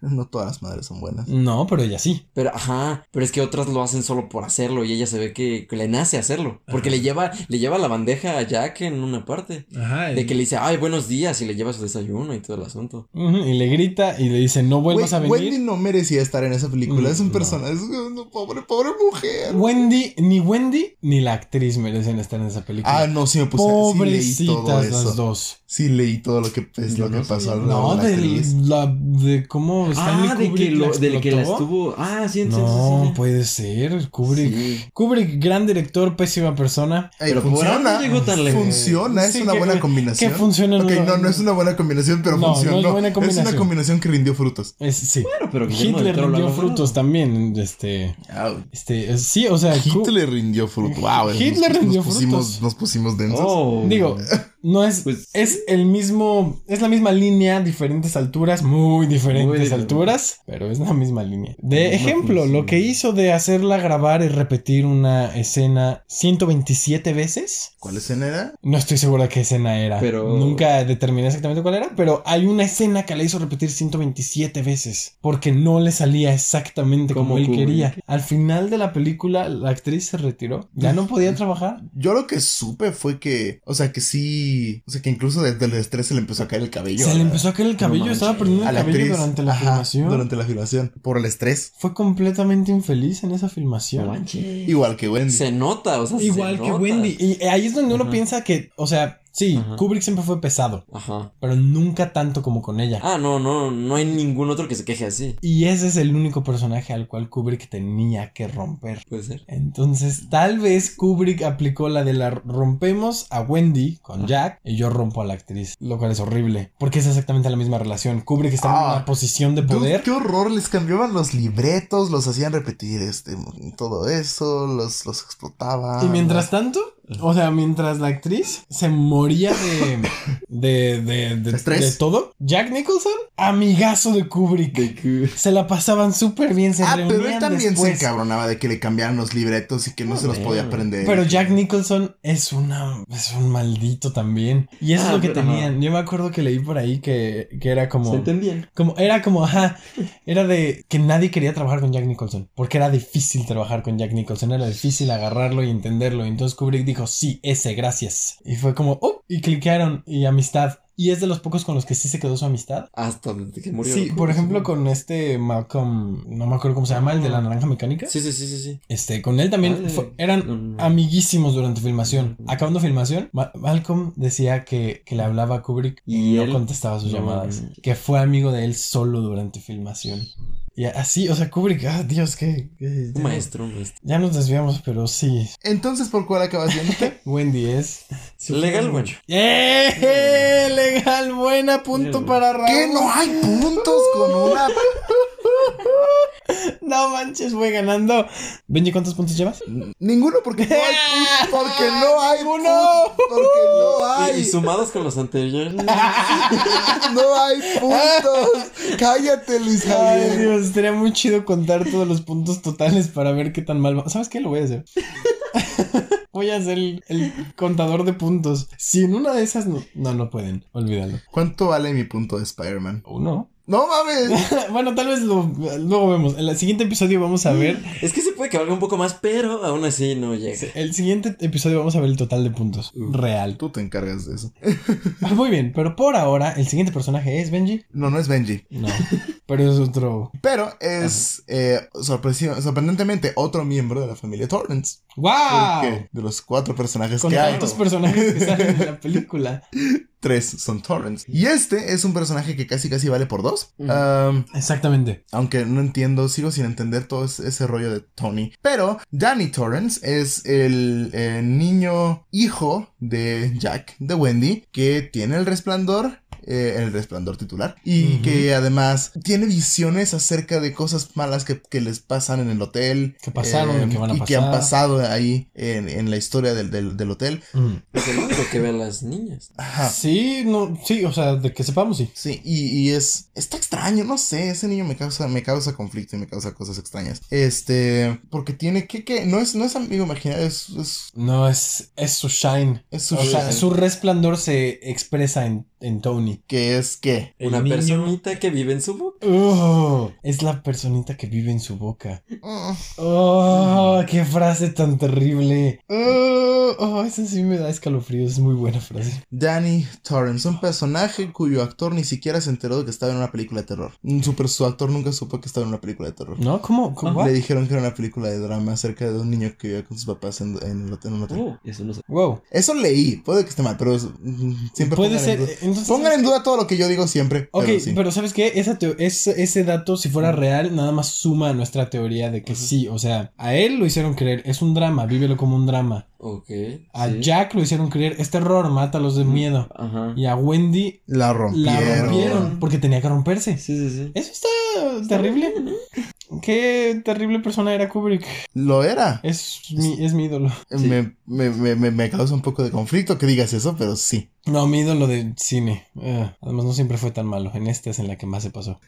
B: No todas las madres son buenas.
A: No, pero ella sí.
C: pero ajá, pero es que otras lo hacen solo por hacerlo y ella se ve que, que le nace hacerlo. Porque
A: Ajá.
C: le lleva, le lleva la bandeja a Jack en una parte.
A: Ajá.
C: De que le dice, ay, buenos días, y le lleva su desayuno y todo el asunto.
A: Y le grita y le dice, no vuelvas
B: Wen-
A: a venir.
B: Wendy no merecía estar en esa película.
A: Mm,
B: es un
A: no.
B: personaje, es una pobre, pobre mujer.
A: Wendy, ni Wendy ni la actriz merecen estar en esa película.
B: Ah, no, sí me puse. sí leí todo
A: Pobrecitas las
B: eso.
A: dos.
B: Sí leí todo lo que, es
C: Yo
B: lo que
C: no
B: pasó
C: sabía.
B: alrededor
A: No,
B: de la
A: de,
B: actriz.
A: la, de cómo Stanley
C: ah, de
A: Pues
C: que,
A: Kubrick
C: lo, del que la
A: explotó.
C: estuvo. Ah, sí, entonces.
A: No,
C: sí, sí.
A: puede ser. Kubrick.
C: Sí.
A: Kubrick, gran director, pésima persona.
B: Ey,
C: Pero por
B: funciona.
C: algo llegó tan lejos.
B: Funciona, es
A: Sí,
B: una
A: que-
B: buena
A: Que
B: combinación.
A: funciona.
B: ok, no, no es una buena combinación, pero
A: No, no es
B: funcionó.
A: buena
B: Es
A: combinación.
B: una combinación que rindió frutos.
A: es- sí.
C: Claro, pero que
A: Hitler rindió frutos también. Este. Este. eh, Sí, o sea. Ku-
B: Hitler rindió frutos. Wow,
A: Hitler
B: nos,
A: rindió
B: nos pusimos,
A: frutos.
B: Nos pusimos densos.
C: Oh.
A: Digo, eh, no es.
C: Pues-
A: Es el mismo. Es la misma línea, diferentes alturas, muy diferentes
C: Muy diferente.
A: alturas, pero es la misma línea. De
C: No
A: ejemplo, lo
C: funciona.
A: que hizo de hacerla grabar y repetir una escena 127 veces.
B: ¿Cuál escena era?
A: No estoy segura qué escena era.
C: Pero-
A: Nunca determiné exactamente cuál era, pero hay una escena que le hizo repetir 127 veces porque no le salía exactamente como
C: Como
A: él
C: Kubrick.
A: quería. Al final de la película, la actriz se retiró. Ya no podía trabajar.
B: Yo lo que supe fue que, o sea, que sí, o sea, que incluso desde el estrés se le empezó a caer el cabello.
A: se
B: a
A: le
B: la-
A: empezó a caer el cabello.
C: manches.
A: Estaba perdiendo
B: a
A: el
B: la
A: cabello
B: actriz.
A: durante la
B: Ajá,
A: filmación.
B: Durante la filmación. Por el estrés.
A: Fue completamente infeliz en esa
C: No
A: filmación.
C: manches.
B: Igual que Wendy.
C: Se nota, o sea, se
A: Igual que
C: nota.
A: Wendy. Y eh, ahí es donde uno
C: Ajá.
A: piensa que, o sea, sí,
C: Ajá.
A: Kubrick siempre fue pesado,
C: Ajá.
A: pero nunca tanto como con ella.
C: Ah, no, no, no hay ningún otro que se queje así.
A: Y ese es el único personaje al cual Kubrick tenía que romper.
C: Puede ser.
A: Entonces, tal vez Kubrick aplicó la de la rompemos a Wendy con Jack y yo rompo a la actriz, lo cual es horrible, porque es exactamente la misma relación. Kubrick está en
B: Ah.
A: una posición de
B: Dude,
A: poder.
B: qué horror, les cambiaban los libretos, los hacían repetir este todo eso, los, los explotaban.
A: Y mientras tanto, o sea, mientras la actriz se moría de de, de, de,
B: Estrés.
A: de todo, Jack Nicholson, amigazo de Kubrick. Se la pasaban súper bien, se
B: Ah,
A: reunían
B: pero él también
A: después.
B: se encabronaba de que le cambiaran los libretos y que no se los
C: Bueno.
B: podía aprender.
C: Eh,
A: Pero Jack Nicholson es una es un maldito también. Y eso
C: Ah,
A: es lo que
C: pero ajá.
A: tenían. Yo me acuerdo que leí por ahí que, que era
C: Se
A: como
C: entendían.
A: como era como ajá, era de que nadie quería trabajar con Jack Nicholson, porque era difícil trabajar con Jack Nicholson, era difícil agarrarlo y entenderlo. Y entonces Kubrick dijo, "Sí, ese, gracias." Y fue como, "Oh", y cliquearon y amistad. Y es de los pocos con los que sí se quedó su amistad.
C: Hasta que murió.
A: Sí, por ejemplo, con este Malcolm, no me acuerdo cómo se llama, el de la naranja mecánica.
C: Sí, sí, sí, sí, sí.
A: Este, con él también
C: Vale.
A: fue- eran
C: No, no, no.
A: amiguísimos durante filmación.
C: Ujú.
A: Acabando filmación, Ma- Malcolm decía que, que le hablaba a Kubrick y
C: Y
A: no
C: él-
A: contestaba sus
C: no
A: llamadas.
C: mames.
A: Que fue amigo de él solo durante filmación. Y así, o sea, Kubrick, ah, Dios, qué. qué-
C: Un maestro, un maestro.
A: Ya nos desviamos, pero sí.
B: Entonces, ¿por cuál acabas viéndote?
A: Wendy es.
C: Legal, bueno.
A: ¡Eh! Legal, buena, punto
C: Bien.
A: para Raúl.
B: ¿Qué? No hay puntos con una.
A: No manches, voy ganando. Benji, ¿cuántos puntos llevas?
B: Ninguno porque no hay puntos. Porque no hay
A: Ninguno.
B: puntos. Porque no
C: Y, y
B: hay.
C: sumados con los anteriores.
B: No hay puntos. Cállate, Luis
A: Ay,
B: Javier.
A: Dios, estaría muy chido contar todos los puntos totales para ver qué tan mal va. ¿Sabes qué? Lo voy a hacer. Voy a hacer el, el contador de puntos. Si en una de esas no, no, no pueden, olvídalo.
B: ¿Cuánto vale mi punto de Spider-Man?
A: Uno.
B: No mames.
A: bueno, tal vez lo- luego vemos. En el siguiente episodio vamos a ver.
C: Es que se puede que valga un poco más, pero aún así no llega.
A: El siguiente episodio vamos a ver el total de puntos. Real. Ah,
B: Tú te encargas de eso.
A: Muy bien, pero por ahora, el siguiente personaje es Benji.
B: No, no es Benji.
A: No. Pero es otro.
B: Pero es eh, sorpresi- sorprendentemente otro miembro de la familia Torrance.
A: ¡Wow!
B: Porque de los cuatro personajes
A: Con
B: que hay,
A: tantos personajes que salen en la película.
B: tres son Torrance. Y este es un personaje que casi casi vale por dos.
C: Ujú.
B: Um,
A: Exactamente.
B: aunque no entiendo, sigo sin entender todo ese, ese rollo de Tony. Pero Danny Torrance es el eh, niño hijo de Jack, de Wendy, que tiene el resplandor. eh, el resplandor titular y
A: Ujú.
B: que además tiene visiones acerca de cosas malas que, que les pasan en el hotel
A: Que pasaron y que van a
B: Eh, y que han
A: pasar.
B: pasado ahí en, en la historia del, del- del hotel
A: Mm.
C: Es el único que ve a las niñas.
B: Ajá.
A: Sí, no, sí, o sea, de que sepamos, sí.
B: Sí, y, y es. Está extraño, no sé. Ese niño me causa, me causa conflicto y me causa cosas extrañas. Este. Porque tiene que. que no, es, no es amigo imaginario, es, es,
A: No, es, es su shine.
B: es su
A: O sea,
B: shine,
A: su resplandor se expresa en, en Tony.
B: Que es que.
C: Una personita que vive en su boca.
A: Ugh, es la personita que vive en su boca.
B: Uh. mm,
A: ¡Oh! ¡Qué frase tan terrible!
B: Uh.
A: ¡Oh! oh, esa sí me da escalofríos. Es muy buena frase.
B: Danny Torrance, un personaje cuyo actor ni siquiera se enteró de que estaba en una película de terror. Mm, Su, per- su actor nunca supo que estaba en una película de terror.
A: ¿No? ¿Cómo? ¿Cómo?
B: Le dijeron que era una película de drama acerca de un niño que vivía con sus papás en, en el hotel- en un hotel.
C: eso no sé.
A: Wow.
B: Eso leí, puede que esté mal, pero es- mm, siempre
A: Puede
B: pongan en
A: ser.
B: duda-
A: eh, Entonces,
B: Pongan en duda todo lo que yo digo siempre.
A: Ok,
B: pero sí.
A: pero ¿sabes qué? Esa teo- ese, ese dato, si fuera real, nada más suma a nuestra teoría de que
C: Ujú.
A: sí. O sea, a él lo hicieron creer. Es un drama. Vívelo como un drama.
C: Ok.
A: A
C: sí.
A: Jack lo hicieron creer, este es terror, mátalos de
C: Ujú.
A: miedo.
C: Ajá.
A: Y a Wendy
B: La
A: la
B: rompieron.
A: rompieron porque tenía que romperse.
C: Sí, sí, sí.
A: Eso está terrible.
C: ¿eh?
A: Qué terrible persona era Kubrick.
B: Lo era.
A: Es mi, es mi ídolo.
C: Sí.
B: Me, me, me, me- me causa un poco de conflicto que digas eso, pero sí.
A: No, mi ídolo de cine. Ah, además, no siempre fue tan malo. En esta es en la que más se pasó.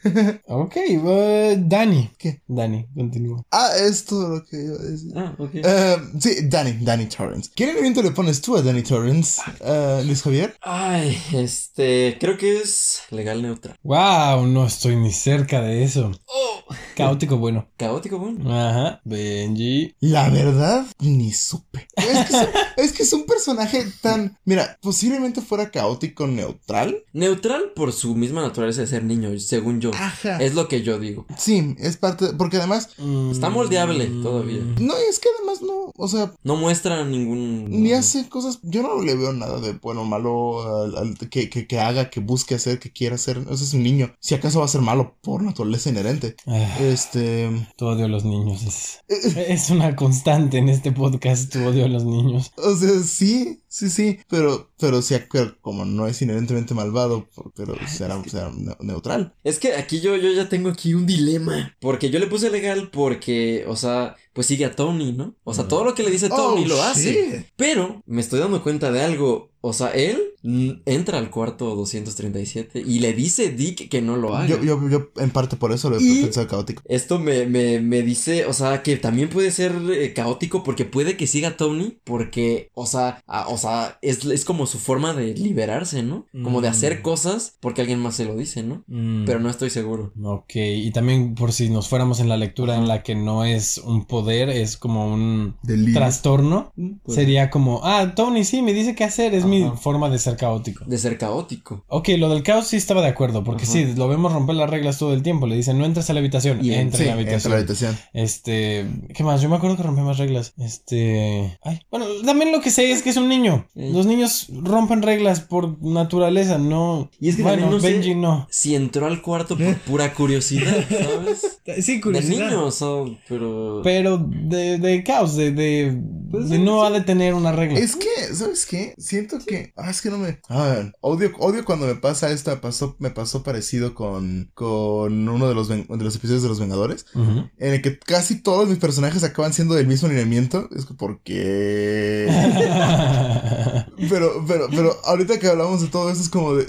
A: ok, eh, Dani.
B: ¿Qué?
A: Dani, continúa.
B: Ah, es todo lo que iba a decir.
C: Ah, ok.
B: Eh, sí, Danny, Danny Torrance. ¿Qué elemento le pones tú a Danny Torrance, eh, Luis Javier?
C: Ay, este. Creo que es legal neutra.
A: Wow, no estoy ni cerca de eso.
C: Oh.
A: Caótico bueno.
C: Caótico, bueno.
A: Ajá. Benji.
B: La verdad, ni supe. Es que es, es que es un personaje tan. Mira, posiblemente fuera caótico neutral.
C: Neutral por su misma naturaleza de ser niño, según yo.
B: Ajá.
C: Es lo que yo digo.
B: Eh, Sí, es parte. de- porque además.
C: Está moldeable todavía.
A: Mm.
B: No, es que además no. O sea,
C: No muestra ningún.
B: Ni hace cosas. Yo no le veo nada de bueno o malo al- al- que, que- que haga, que busque hacer, que quiera hacer. Ese es un niño. Si acaso va a ser malo por naturaleza inherente.
A: Ah.
B: Este.
A: Tu odio a los niños es, es una constante en este podcast, tu odio a los niños.
B: O sea, sí, sí, sí. Pero, pero sí, pero como no es inherentemente malvado, pero será, será ne- neutral.
C: Es que aquí yo, yo ya tengo aquí un dilema. Porque yo le puse legal porque, o sea, pues sigue a Tony, ¿no? O sea, todo lo que le dice Tony
B: Oh,
C: este lo hace.
B: shit.
C: Pero me estoy dando cuenta de algo. O sea, él mm, entra al cuarto 237 y le dice Dick que no lo haga.
B: Yo, yo, yo en parte por eso lo he
C: Y-
B: pensado caótico.
C: Esto me, me, me dice, o sea, que también puede ser eh, caótico porque puede que siga a Tony porque, o sea, a- o sea, es, es como su forma de liberarse, ¿no? Como de hacer
A: Mm.
C: cosas porque alguien más se lo dice, ¿no?
B: Mm.
C: Pero no estoy seguro.
A: Ok, y también por si nos fuéramos en la lectura en la que no es un poder, es como un
B: Delirio.
A: trastorno.
C: Pues-
A: Sería como, ah, Tony sí, me dice qué hacer, es mi
C: Ajá.
A: forma de ser ser caótico.
C: de ser caótico.
A: Ok, lo del caos sí estaba de acuerdo, porque
C: Ajá.
A: sí, lo vemos romper las reglas todo el tiempo. Le dicen, no entres a la habitación.
C: Y
A: entra
B: Sí,
A: a la habitación.
B: entra a la habitación.
A: Este, ¿qué más? Yo me acuerdo que rompió más reglas. Este, ay, bueno, también lo que sé es que es un niño.
C: Sí.
A: Los niños rompen reglas por naturaleza, no.
C: Y es que
A: bueno,
C: también no sé-
A: Benji no.
C: Si entró al cuarto por pura curiosidad, ¿sabes?
D: Sí,
C: De
D: curiosidad.
C: niño, o sea, pero...
A: Pero de, de caos, de, de,
C: Pues
A: de
C: sí,
A: no
C: sí.
A: ha de tener una regla.
B: Es que, ¿sabes qué? Siento que. Ah, es que no me. Ah, odio, odio cuando me pasa esto. Me pasó, me pasó parecido con, con uno de los, ven- de los episodios de Los Vengadores.
A: Ujú.
B: En el que casi todos mis personajes acaban siendo del mismo alineamiento. Es que, ¿por qué? Pero, pero, pero ahorita que hablamos de todo eso es como de.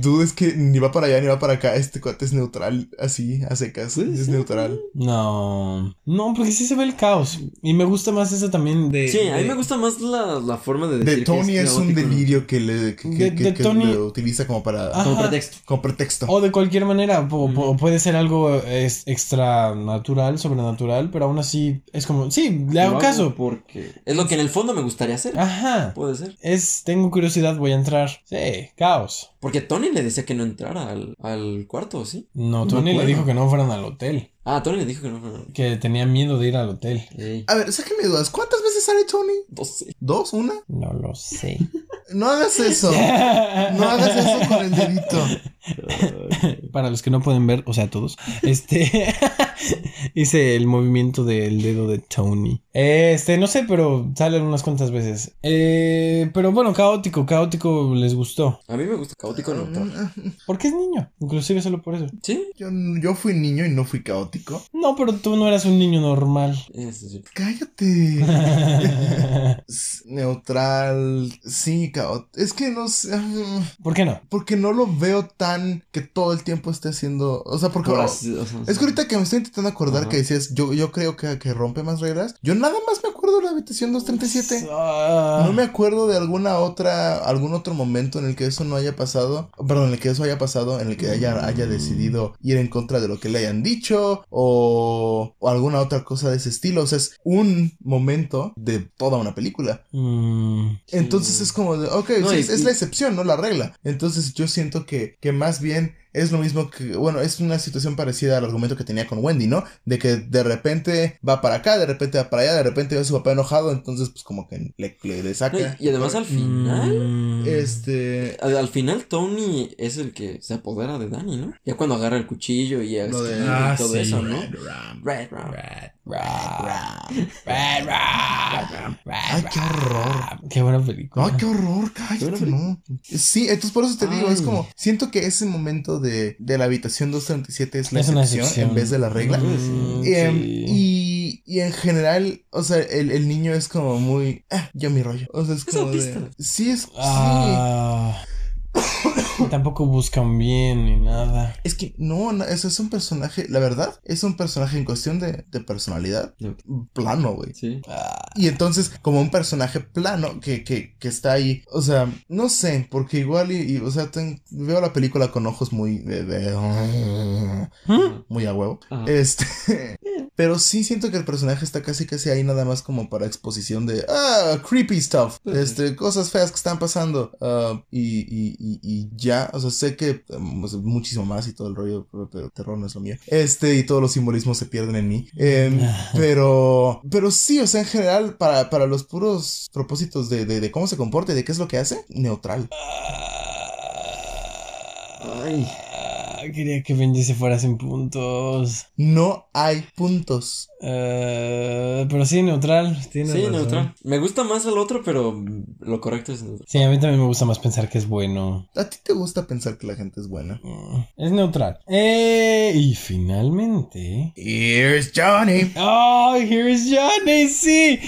B: Dude, es que ni va para allá ni va para acá. Este cuate es neutral, así, a secas.
C: Puede
B: Es
C: ser,
B: neutral.
A: no, no, porque sí se ve el caos. Y me gusta más esa también de.
C: Sí, a mí
A: de-
C: me gusta más la, la forma de decir
B: De
C: que
B: Tony es, un
C: caótico, ¿no?
B: delirio que le que, que-
A: De-
B: que-
A: de
B: que
A: Tony-
B: lo utiliza como para.
A: Ah.
C: Como
A: Ajá.
C: pretexto.
B: Como pretexto.
A: O de cualquier manera, o,
C: Ujú.
A: o puede ser algo es, extra natural, sobrenatural, pero aún así es como, sí, le hago
C: Lo
A: caso. Ah.
C: porque es lo que en el fondo me gustaría hacer.
A: Ajá.
C: Puede ser.
A: Es, tengo curiosidad, voy a entrar. Sí, caos.
C: Porque Tony le decía que no entrara al, al cuarto, ¿sí?
A: No,
B: me
A: Tony le
B: acuerdo.
A: dijo que no fueran al hotel.
C: Ah, Tony le dijo que no. no, no.
A: Que tenía miedo de ir al hotel.
C: Ey,
B: A ver, sáquenme dudas. ¿Cuántas veces sale Tony?
C: no sé.
B: ¿Dos? ¿Una?
A: No lo sé.
B: No hagas eso. No hagas eso con el dedito.
A: Para los que no pueden ver, o sea, todos. Este. hice el movimiento del dedo de Tony. Este, no sé, pero salen unas cuantas veces. Eh, pero bueno, caótico, caótico les gustó.
C: A mí me gusta caótico no
A: Ah,
C: entraba.
A: Porque es niño. Inclusive solo por eso.
C: Sí,
B: Yo, yo fui niño y no fui caótico.
A: No, pero tú no eras un niño normal.
C: eso sí.
B: Cállate. S- Neutral, sí, caótico. Es que no sé. mm,
A: ¿Por qué no?
B: Porque no lo veo tan que todo el tiempo esté haciendo. O sea, porque.
C: Por así- o sea,
B: Es que ahorita que me estoy intentando acordar
C: Ajá.
B: que decías, yo, yo creo que, que rompe más reglas. Yo nada más me acuerdo de la habitación 237.
A: Ah.
B: No me acuerdo de alguna otra, algún otro momento en el que eso no haya pasado, perdón, en el que eso haya pasado, en el que haya, haya decidido ir en contra de lo que le hayan dicho o, o alguna otra cosa de ese estilo. O sea, es un momento de toda una película.
A: Mm.
C: Sí.
B: Entonces es como de, ok,
C: No,
B: sí,
C: y-
B: es, es la
C: y-
B: excepción, no la regla. Entonces yo siento que, que más bien es lo mismo que, bueno, es una situación parecida al argumento que tenía con Wendy, ¿no? De que de repente va para acá, de repente va para allá, de repente ve a su papá enojado, entonces pues como que le, le, le
C: No,
B: saca.
C: y además al final.
A: Mm.
B: Este.
C: Al, al final Tony es el que se apodera de Dani, ¿no? Ya cuando agarra el cuchillo y,
B: Lo de-
C: escribe y
D: Ah,
C: todo
D: sí.
C: eso, ¿no? Right, right.
A: Rat, rat, rat, rat, rat,
B: Ay, qué
A: rat.
B: horror.
A: Qué buena película.
B: Ay, qué horror, cállate, no. Sí, entonces por eso te digo, es
C: Ay.
B: como, siento que ese momento de, de la habitación 237 es la
A: Es una
B: excepción,
A: excepción.
B: en vez de la regla.
A: Mm,
B: Y, em,
A: sí.
B: y, y en general, o sea, el, el niño es como muy, ah, yo mi rollo. O sea, es
C: Es
B: como de,
C: autista.
B: sí, es,
A: Ah. Tampoco buscan bien ni nada.
B: sí. Es que no, no, eso es un personaje, la verdad, es un personaje en cuestión de, de personalidad,
C: No.
B: plano, güey.
C: Sí.
A: Ah,
B: Y entonces, como un personaje plano que, que, que está ahí, o sea, no sé, porque igual, y, y, o sea, ten- veo la película con ojos muy, de- de-
A: ¿Mm?
B: muy a huevo.
C: Ajá.
B: Este, pero sí siento que el personaje está casi casi ahí nada más como para exposición de, ah, creepy stuff,
C: Ujú.
B: este, cosas feas que están pasando, ah, y, y, y, y ya, o sea, sé que mm, o sea, muchísimo más y todo el rollo, pero, pero terror no es lo mío, este, y todos los simbolismos se pierden en mí, Em, pero, pero sí, o sea, en general, para, para los puros propósitos de, de, de cómo se comporta y de qué es lo que hace, neutral.
C: Ay.
A: Ah, Quería que Benji se fuera sin puntos.
B: No hay puntos.
A: Eh, pero sí, neutral. tienes
C: Sí,
A: razón.
C: neutral. Me gusta más el otro, pero mm, lo correcto es neutral.
A: Sí, a mí también me gusta más pensar que es bueno.
B: ¿A ti te gusta pensar que la gente es buena?
A: Mm, Es neutral. Eh, y finalmente.
B: Here's Johnny.
A: ¡Oh, here's Johnny! ¡Sí!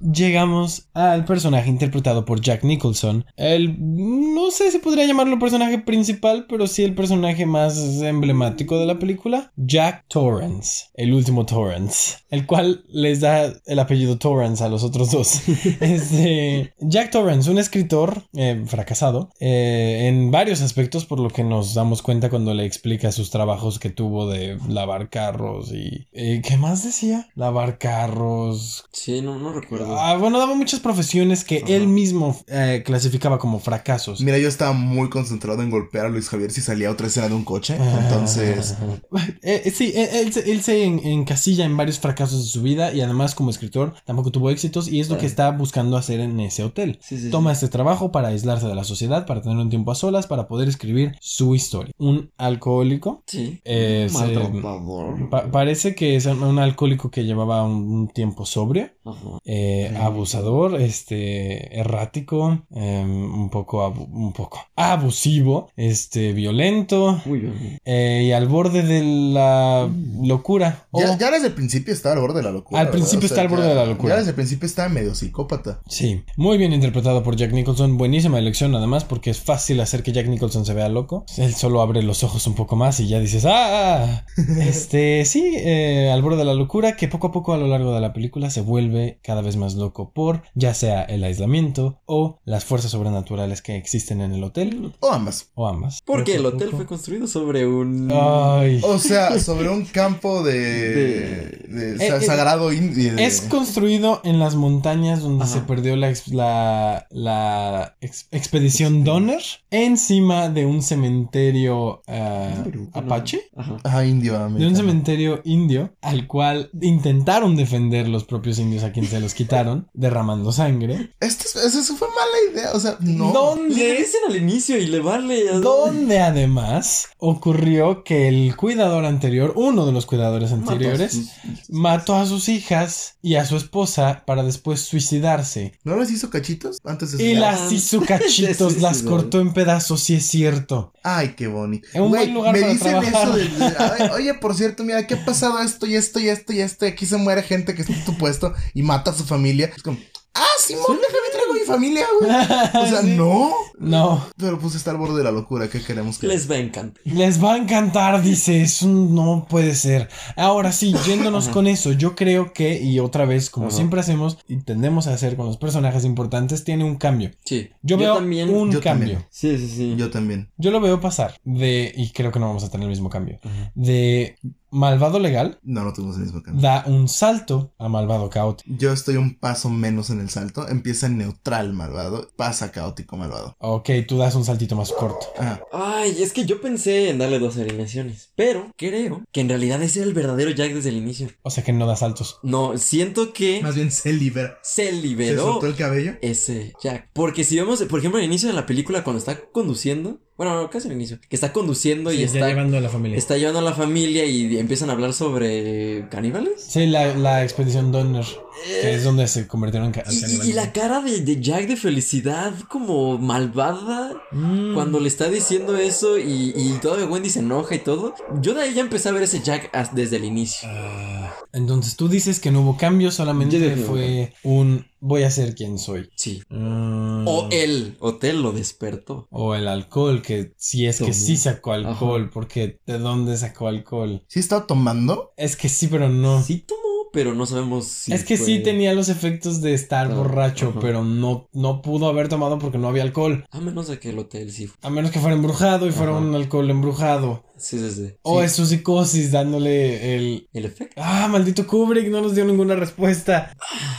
A: Llegamos al personaje interpretado por Jack Nicholson. El. No sé si podría llamarlo personaje principal, pero sí el personaje más emblemático de la película. Jack Torrance. El último Torrance. El cual les da el apellido Torrance a los otros dos. Este, Jack Torrance, un escritor eh, fracasado eh, en varios aspectos, por lo que nos damos cuenta cuando le explica sus trabajos que tuvo de lavar carros y... eh, ¿Qué más decía? Lavar carros.
C: Sí, no, no recuerdo.
A: Ah, bueno, daba muchas profesiones que
B: Ajá.
A: él mismo eh, clasificaba como fracasos.
B: Mira, yo estaba muy concentrado en golpear a Luis Javier si salía otra escena de un coche. Entonces,
A: Ah. Eh, eh, sí, eh, él, se- él se en- encasilla en varios fracasos de su vida y además como escritor tampoco tuvo éxitos y es lo que
C: Ah.
A: está buscando hacer en ese hotel.
C: Sí, sí, sí.
A: Toma este trabajo para aislarse de la sociedad, para tener un tiempo a solas, para poder escribir su historia. Un alcohólico.
C: Sí.
A: eh, se-
C: Maltratador.
A: pa- parece que es un- un alcohólico que llevaba un, un tiempo sobrio,
C: Ajá.
A: eh,
B: Sí.
A: abusador, este, errático, eh, un poco, abu- un poco abusivo, este, violento,
C: Muy bien.
A: eh, y al borde de la locura. O-
B: Mm. ya, ya desde el principio estaba al borde de la locura.
A: Oh. Al
B: ¿verdad?
A: principio está al borde
B: ya-
A: de la locura.
B: Ya desde el principio estaba medio psicópata.
A: Sí, muy bien interpretado por Jack Nicholson. Buenísima elección, además, porque es fácil hacer que Jack Nicholson se vea loco. Él solo abre los ojos un poco más y ya dices, ¡ah! Este, sí, eh, al borde de la locura, que poco a poco a lo largo de la película se vuelve cada vez más loco por ya sea el aislamiento o las fuerzas sobrenaturales que existen en el hotel,
B: O ambas.
A: o ambas.
C: Porque el
A: Poco a
C: hotel
A: poco.
C: fue construido sobre un.
A: Ay.
B: O sea, sobre un campo de.
C: De-
B: de-
A: Eh,
B: sa-
A: eh,
B: sagrado indio.
A: Es construido en las montañas donde
C: Ajá.
A: se perdió la, ex- la, la ex- expedición Donner, encima de un cementerio ah,
B: Pero,
A: apache,
C: Ajá.
B: Ah, indio.
A: de un
B: americano.
A: cementerio indio, al cual intentaron defender los propios indios a quien se los quitaron, derramando sangre.
B: Esto Este es- eso eso fue mala idea. O sea, no.
C: Le
A: Donde,
C: dicen al inicio y le vale. a-
A: donde además ocurrió que el cuidador anterior, uno de los cuidadores
C: Mató a
A: anteriores,
C: sus-
A: mató a sus hijas y a su esposa para después suicidarse.
B: ¿No les hizo cachitos antes de
A: Y
B: su-
A: las hizo cachitos,
C: Sí, sí,
A: las
C: sí,
A: cortó en pedazos, sí es cierto.
B: Ay, qué bonito.
A: Es un
B: Güey,
A: buen lugar
B: me
A: para
B: dicen
A: trabajar.
B: eso de, de- "Ay, oye, por cierto, mira, ¿qué ha pasado esto y esto y esto y esto? Y aquí se muere gente que está en tu puesto y mata a su familia. Es como, ah, Simón, déjame traigo a mi familia, güey. O sea,
A: Sí.
B: no.
A: No,
B: Pero pues está al borde de la locura, ¿qué queremos que
C: Les va a encantar.
A: les va a encantar, dice, es un no puede ser. Ahora sí, yéndonos
C: Ajá.
A: con eso, yo creo que, y otra vez, como
C: Ajá.
A: siempre hacemos y tendemos a hacer con los personajes importantes, tiene un cambio.
C: Sí.
A: Yo, veo
C: también.
A: un
B: yo
A: cambio.
B: también.
C: Sí, sí, sí.
B: Yo también.
A: Yo lo veo pasar de, y creo que no vamos a tener el mismo cambio,
C: Ajá.
A: de malvado legal,
B: No, no tuvimos el mismo cambio.
A: da un salto a malvado caótico.
B: Yo estoy un paso menos en el salto. Empieza en neutral, malvado. Pasa caótico, malvado.
A: Ok, tú das un saltito más corto.
B: Ah,
C: Ay, es que yo pensé en darle dos alineaciones. Pero creo que en realidad ese era el verdadero Jack desde el inicio.
A: O sea que no da saltos.
C: No, siento que
B: más bien se libera.
C: se
B: Se
C: liberó
B: soltó el cabello.
C: ese Jack. Porque si vemos, por ejemplo, al inicio de la película, cuando está conduciendo. Bueno, no, casi al inicio. Que está conduciendo
A: Sí,
C: y
A: ya
C: está,
A: llevando a la familia.
C: está llevando a la familia y empiezan a hablar sobre caníbales.
A: Sí, la, la expedición Donner,
C: Eh.
A: que es donde se convirtieron en ca-
C: Y-
A: caníbales.
C: Y, y la cara de, de Jack de felicidad como malvada
A: Mm.
C: cuando le está diciendo eso y, y todavía Wendy se enoja y todo. Yo de ahí ya empecé a ver ese Jack as- desde el inicio.
A: Ah, Entonces tú dices que no hubo cambio, solamente
C: Yo digo que no
A: fue un voy a ser quien soy.
C: Sí.
A: Mm.
C: O eh, el hotel lo despertó.
A: O el alcohol, que si es que
C: Tomó.
A: sí sacó alcohol, porque ¿de dónde sacó alcohol?
B: ¿Sí estaba tomando?
A: Es que sí, pero no.
C: Sí tomó, pero no sabemos si.
A: es que
C: fue-
A: sí tenía los efectos de estar
C: Ah,
A: borracho,
C: ajá.
A: pero no, no pudo haber tomado porque no había alcohol.
C: A menos de que el hotel sí. fue.
A: A menos que fuera embrujado y fuera
C: Ajá.
A: un alcohol embrujado.
C: Sí, sí, sí.
A: O
C: Sí.
A: es su psicosis dándole el,
C: El efecto.
A: Ah, maldito Kubrick, no nos dio ninguna respuesta.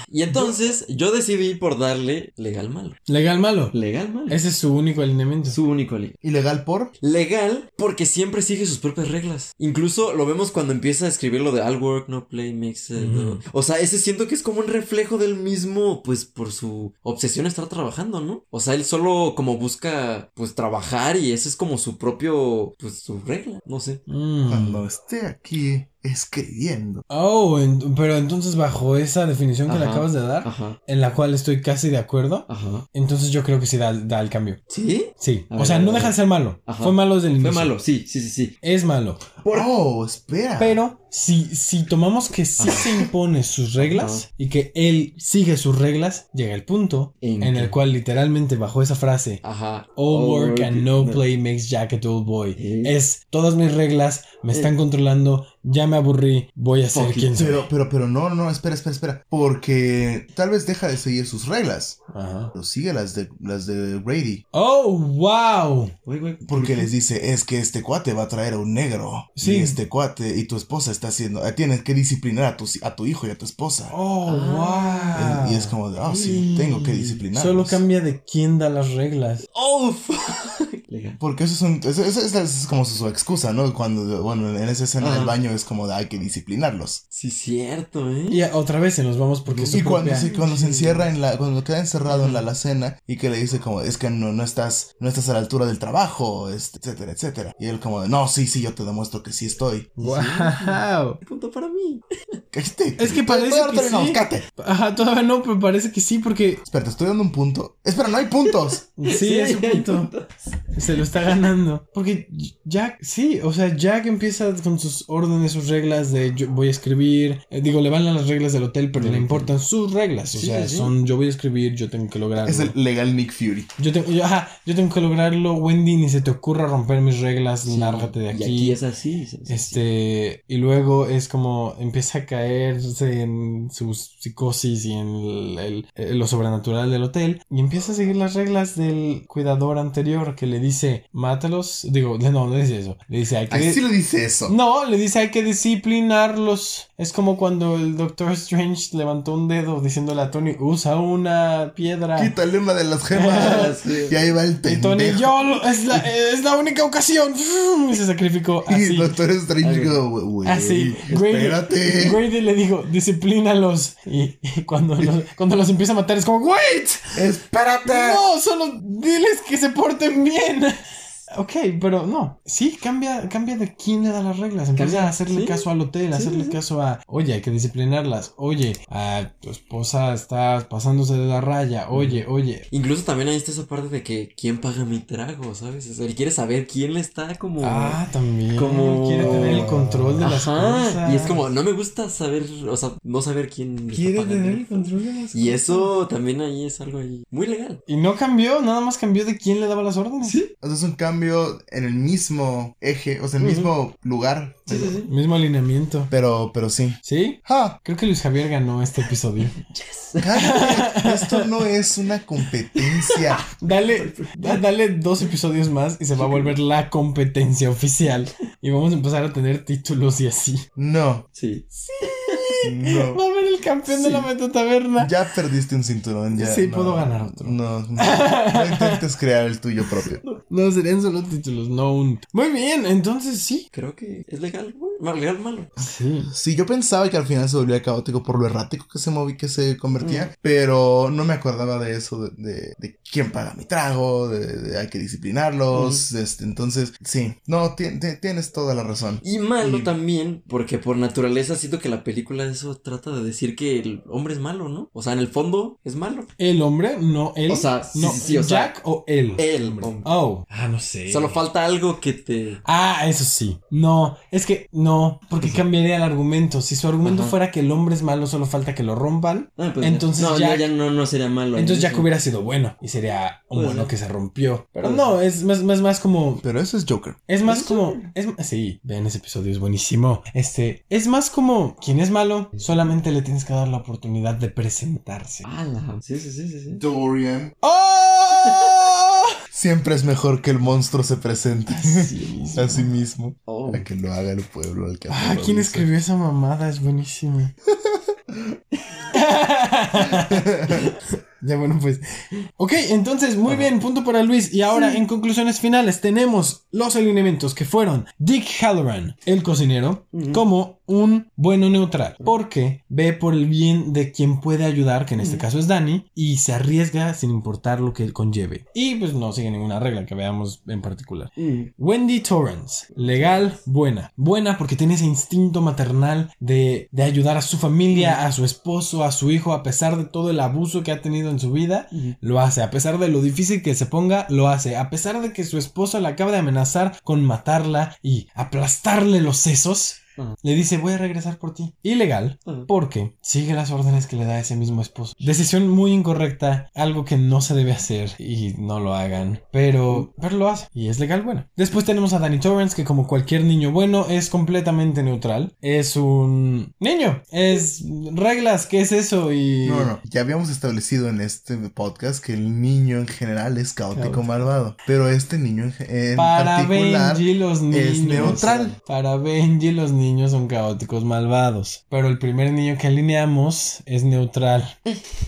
C: Y entonces yo decidí por darle legal malo.
A: Legal malo.
C: Legal malo.
A: Ese es su único elemento.
C: su único ali-
B: ¿Ilegal por?
C: Legal porque siempre sigue sus propias reglas. Incluso lo vemos cuando empieza a escribir lo de All Work, No Play, Makes it,
A: Ujú.
C: no". O sea, ese siento que es como un reflejo del mismo, pues por su obsesión a estar trabajando, ¿no? O sea, él solo como busca, pues trabajar y ese es como su propio, pues su regla, no sé.
A: Mm.
B: Cuando esté aquí escribiendo.
A: Oh, en- pero entonces bajo esa definición que le
C: Ajá.
A: acabas de dar,
C: Ajá,
A: en la cual estoy casi de acuerdo,
C: ajá.
A: entonces yo creo que sí da, da el cambio.
C: ¿Sí?
A: Sí.
C: A
A: o
C: ver,
A: sea,
C: a
A: no
C: ver,
A: deja
C: a
A: de ser malo.
C: Ajá.
A: Fue malo desde el
C: Fue
A: inicio.
C: malo, sí, sí, sí, sí.
A: Es malo.
B: Oh, espera.
A: Pero si, si tomamos que sí
C: Ajá.
A: se impone sus reglas y que él sigue sus reglas, llega el punto
C: En
A: en el
C: que-
A: cual literalmente bajo esa frase
C: Ajá. Oh,
A: All work and no
C: no.
A: play makes Jack a dull boy.
C: Sí.
A: Es todas mis reglas, me están controlando, ya me aburrí, voy a ser
C: Fuck it.
A: quien soy.
B: Pero, pero, pero no, no, espera, espera, espera. Porque tal vez deja de seguir sus reglas.
A: Ajá.
B: Pero sigue las de las de Brady.
A: Oh, wow.
C: Güey, güey,
B: Porque les dice, es que este cuate va a traer a un negro. Sí.
A: Sí.
B: Y este cuate y tu esposa está haciendo. eh, Tienes que disciplinar a tu, a tu hijo y a tu esposa.
A: Oh,
C: Ah.
A: wow.
B: Y es como de, ah, sí, tengo que disciplinar.
A: Solo cambia de quién da las reglas.
C: ¡Oh!
B: Porque eso es, un, eso, eso- eso es como su, su excusa, ¿no? Cuando, bueno, en esa escena
C: Ajá.
B: del baño es como de, hay que disciplinarlos.
C: sí, cierto, ¿eh?
A: Y a- otra vez se nos vamos porque es su
B: y cuando
A: propia-
B: se, cuando se encierra en la, cuando queda encerrado en la alacena y que le dice como, es que no, no estás, no estás a la altura del trabajo, este, etcétera, etcétera. Y él como de, no, sí, sí, yo te demuestro que sí estoy.
A: Wow.
C: Punto para mí.
B: Este,
A: Es que
B: puedo-
A: parece
B: puedo darte
A: que
B: un
A: sí.
B: aguacate.
A: Ajá, todavía no, pero parece que sí porque
B: Espera, te estoy dando un punto. Espera, no hay puntos.
A: sí, es un
C: hay
A: punto.
C: puntos.
A: Se lo está ganando. Porque Jack, sí, o sea, Jack empieza con sus órdenes, sus reglas de yo voy a escribir. eh, digo, le van a las reglas del hotel, pero
C: Del
A: le
C: hotel.
A: importan sus reglas. O
C: Sí,
A: sea,
C: sí, sí.
A: son yo voy a escribir, yo tengo que lograrlo.
B: Es el legal Nick Fury.
A: Yo, tengo, yo, ajá, yo tengo que lograrlo, Wendy, ni se te ocurra romper mis reglas,
C: Sí,
A: Pues, lárgate de
C: Y
A: aquí.
C: aquí es así. es así.
A: Este, y luego es como empieza a caerse en su psicosis y en el- el- eh, lo sobrenatural del hotel y empieza a seguir las reglas del cuidador anterior que le dice, mátalos, digo, no, no dice eso, le dice, hay que...
B: Ahí sí le dice eso.
A: No, le dice hay que disciplinarlos. Es como cuando el Doctor Strange levantó un dedo diciéndole a Tony, usa una piedra.
B: Quítale una de las
C: Ah,
B: gemas.
C: sí.
B: y ahí va el
A: Y Tony,
B: pendejo.
A: yo, lo- es la, es la única ocasión. Y se sacrificó
B: Y
A: así.
B: Doctor Strange
C: Así.
B: go, güey.
C: Ah,
A: Así, Grady,
B: Espérate.
A: Grady le dijo, disciplínalos. Y, y cuando, los, cuando los empieza a matar es como, ¡Wait!
B: Espérate.
A: ¡No! Solo diles que se porten bien. Ok, pero no. Sí, cambia, cambia de quién le da las reglas. Empieza
C: Cambia,
A: a hacerle
C: sí.
A: caso al hotel, a
C: Sí,
A: hacerle
C: sí.
A: caso a, oye, hay que disciplinarlas. Oye, a tu esposa está pasándose de la raya.
C: Mm.
A: Oye, oye.
C: Incluso también ahí está esa parte de que quién paga mi trago, ¿sabes? O sea, él quiere saber quién le está como.
A: Ah, también.
C: Mm. Como-
A: Quiere tener el control de las
C: Ajá.
A: cosas.
C: Y es como, no me gusta saber, o sea, no saber quién. está
A: Quiere
C: pagando.
A: tener el control de las
C: Y
A: cosas.
C: eso también ahí es algo ahí muy legal.
A: Y no cambió, nada más cambió de quién le daba las órdenes.
B: O sea, es un cambio en el mismo eje, o sea, en el
C: Ujú.
B: mismo lugar.
C: Sí, sí, sí.
A: Mismo alineamiento.
B: Pero, pero sí.
A: ¿Sí?
B: ¡Ja!
A: Creo que Luis Javier ganó este episodio.
C: Yes.
B: cállate, Esto no es una competencia.
A: Dale, da- dale dos episodios más y se va a volver la competencia oficial. Y vamos a empezar a tener títulos y así.
B: No,
C: Sí.
B: no.
A: Va a haber el campeón de la
B: Sí.
A: metaverna.
B: Ya perdiste un cinturón. Ya,
A: Sí,
B: no.
A: puedo ganar otro.
B: No, no, no intentes crear el tuyo propio.
A: No, serían solo títulos, no un. Muy bien, entonces sí.
C: Creo que es legal, güey. Mal, legal, malo.
A: Sí.
B: Sí, yo pensaba que al final se volvía caótico por lo errático que se moví, que se
A: Mm.
B: convertía, pero no me acordaba de eso, de, de- de quién paga mi trago, de, de hay que disciplinarlos,
A: Mm.
B: este, entonces, sí, no, ti- ti- tienes toda la razón.
C: Y malo
B: Y-
C: también, porque por naturaleza siento que la película eso trata de decir que el hombre es malo, ¿no? O sea, en el fondo es malo.
A: El hombre, no él.
C: O sea, sí,
A: no,
C: sí, sí, o sea,
A: Jack o él.
C: El hombre.
A: Oh. Ah, no sé.
C: Solo falta algo que te.
A: Ah, eso sí. No, es que no, porque cambiaría el argumento. Si su argumento
C: Ajá.
A: fuera que el hombre es malo, solo falta que lo rompan.
C: Ah, pues,
A: Entonces
C: no,
A: Jack-
C: no, ya no, no sería malo. ¿eh?
A: Entonces
C: ya
A: Jack hubiera sido bueno y sería un
C: Puede
A: bueno
C: ser.
A: que se rompió. Pues Pero
C: Puede
A: no, es más, más, más como.
B: Pero eso es Joker.
A: Es más
C: Eso
A: como. Es, sí, vean ese episodio, es buenísimo. Este, es más como. Quien es malo, solamente le tienes que dar la oportunidad de presentarse.
C: Ala, Ah, Sí, sí, sí, sí. sí.
B: Dorian.
A: ¡Oh!
B: Siempre es mejor que el monstruo se presente
A: Sí,
B: a sí mismo,
C: Oh.
B: a que lo haga el pueblo al que
A: Ah, ¿quién
B: aterroriza.
A: escribió esa mamada? Es buenísima. ya bueno, pues. Ok, entonces, muy bien, punto para Luis. Y ahora, en conclusiones finales, tenemos los alineamientos que fueron Dick Halloran, el cocinero,
C: Ujú.
A: como un bueno neutral. Porque ve por el bien de quien puede ayudar, que en este
C: Ujú.
A: caso es Danny, y se arriesga sin importar lo que él conlleve. Y pues no sigue ninguna regla que veamos en particular.
C: Mm.
A: Wendy Torrance, legal, buena. Buena porque tiene ese instinto maternal de, de ayudar a su familia, a su esposo, a su hijo, a pesar de todo el abuso que ha tenido en su vida.
C: Mm.
A: Lo hace, a pesar de lo difícil que se ponga, lo hace. A pesar de que su esposa la acaba de amenazar con matarla y aplastarle los sesos,
C: Ajá.
A: le dice, voy a regresar por ti. Ilegal,
C: Ajá.
A: porque sigue las órdenes que le da ese mismo esposo. Decisión muy incorrecta, algo que no se debe hacer y no lo hagan, pero, pero lo hace y es legal, bueno. Después tenemos a Danny Torrance, que como cualquier niño bueno es completamente neutral. Es un niño, es reglas, ¿qué es eso? Y...
B: No, no, ya habíamos establecido en este podcast que el niño en general es caótico
A: Caótico.
B: malvado, pero este niño en, en
A: Para
B: particular
A: Benji los niños.
B: neutral.
A: Para Benji los niños son caóticos malvados. Pero el primer niño que alineamos es neutral.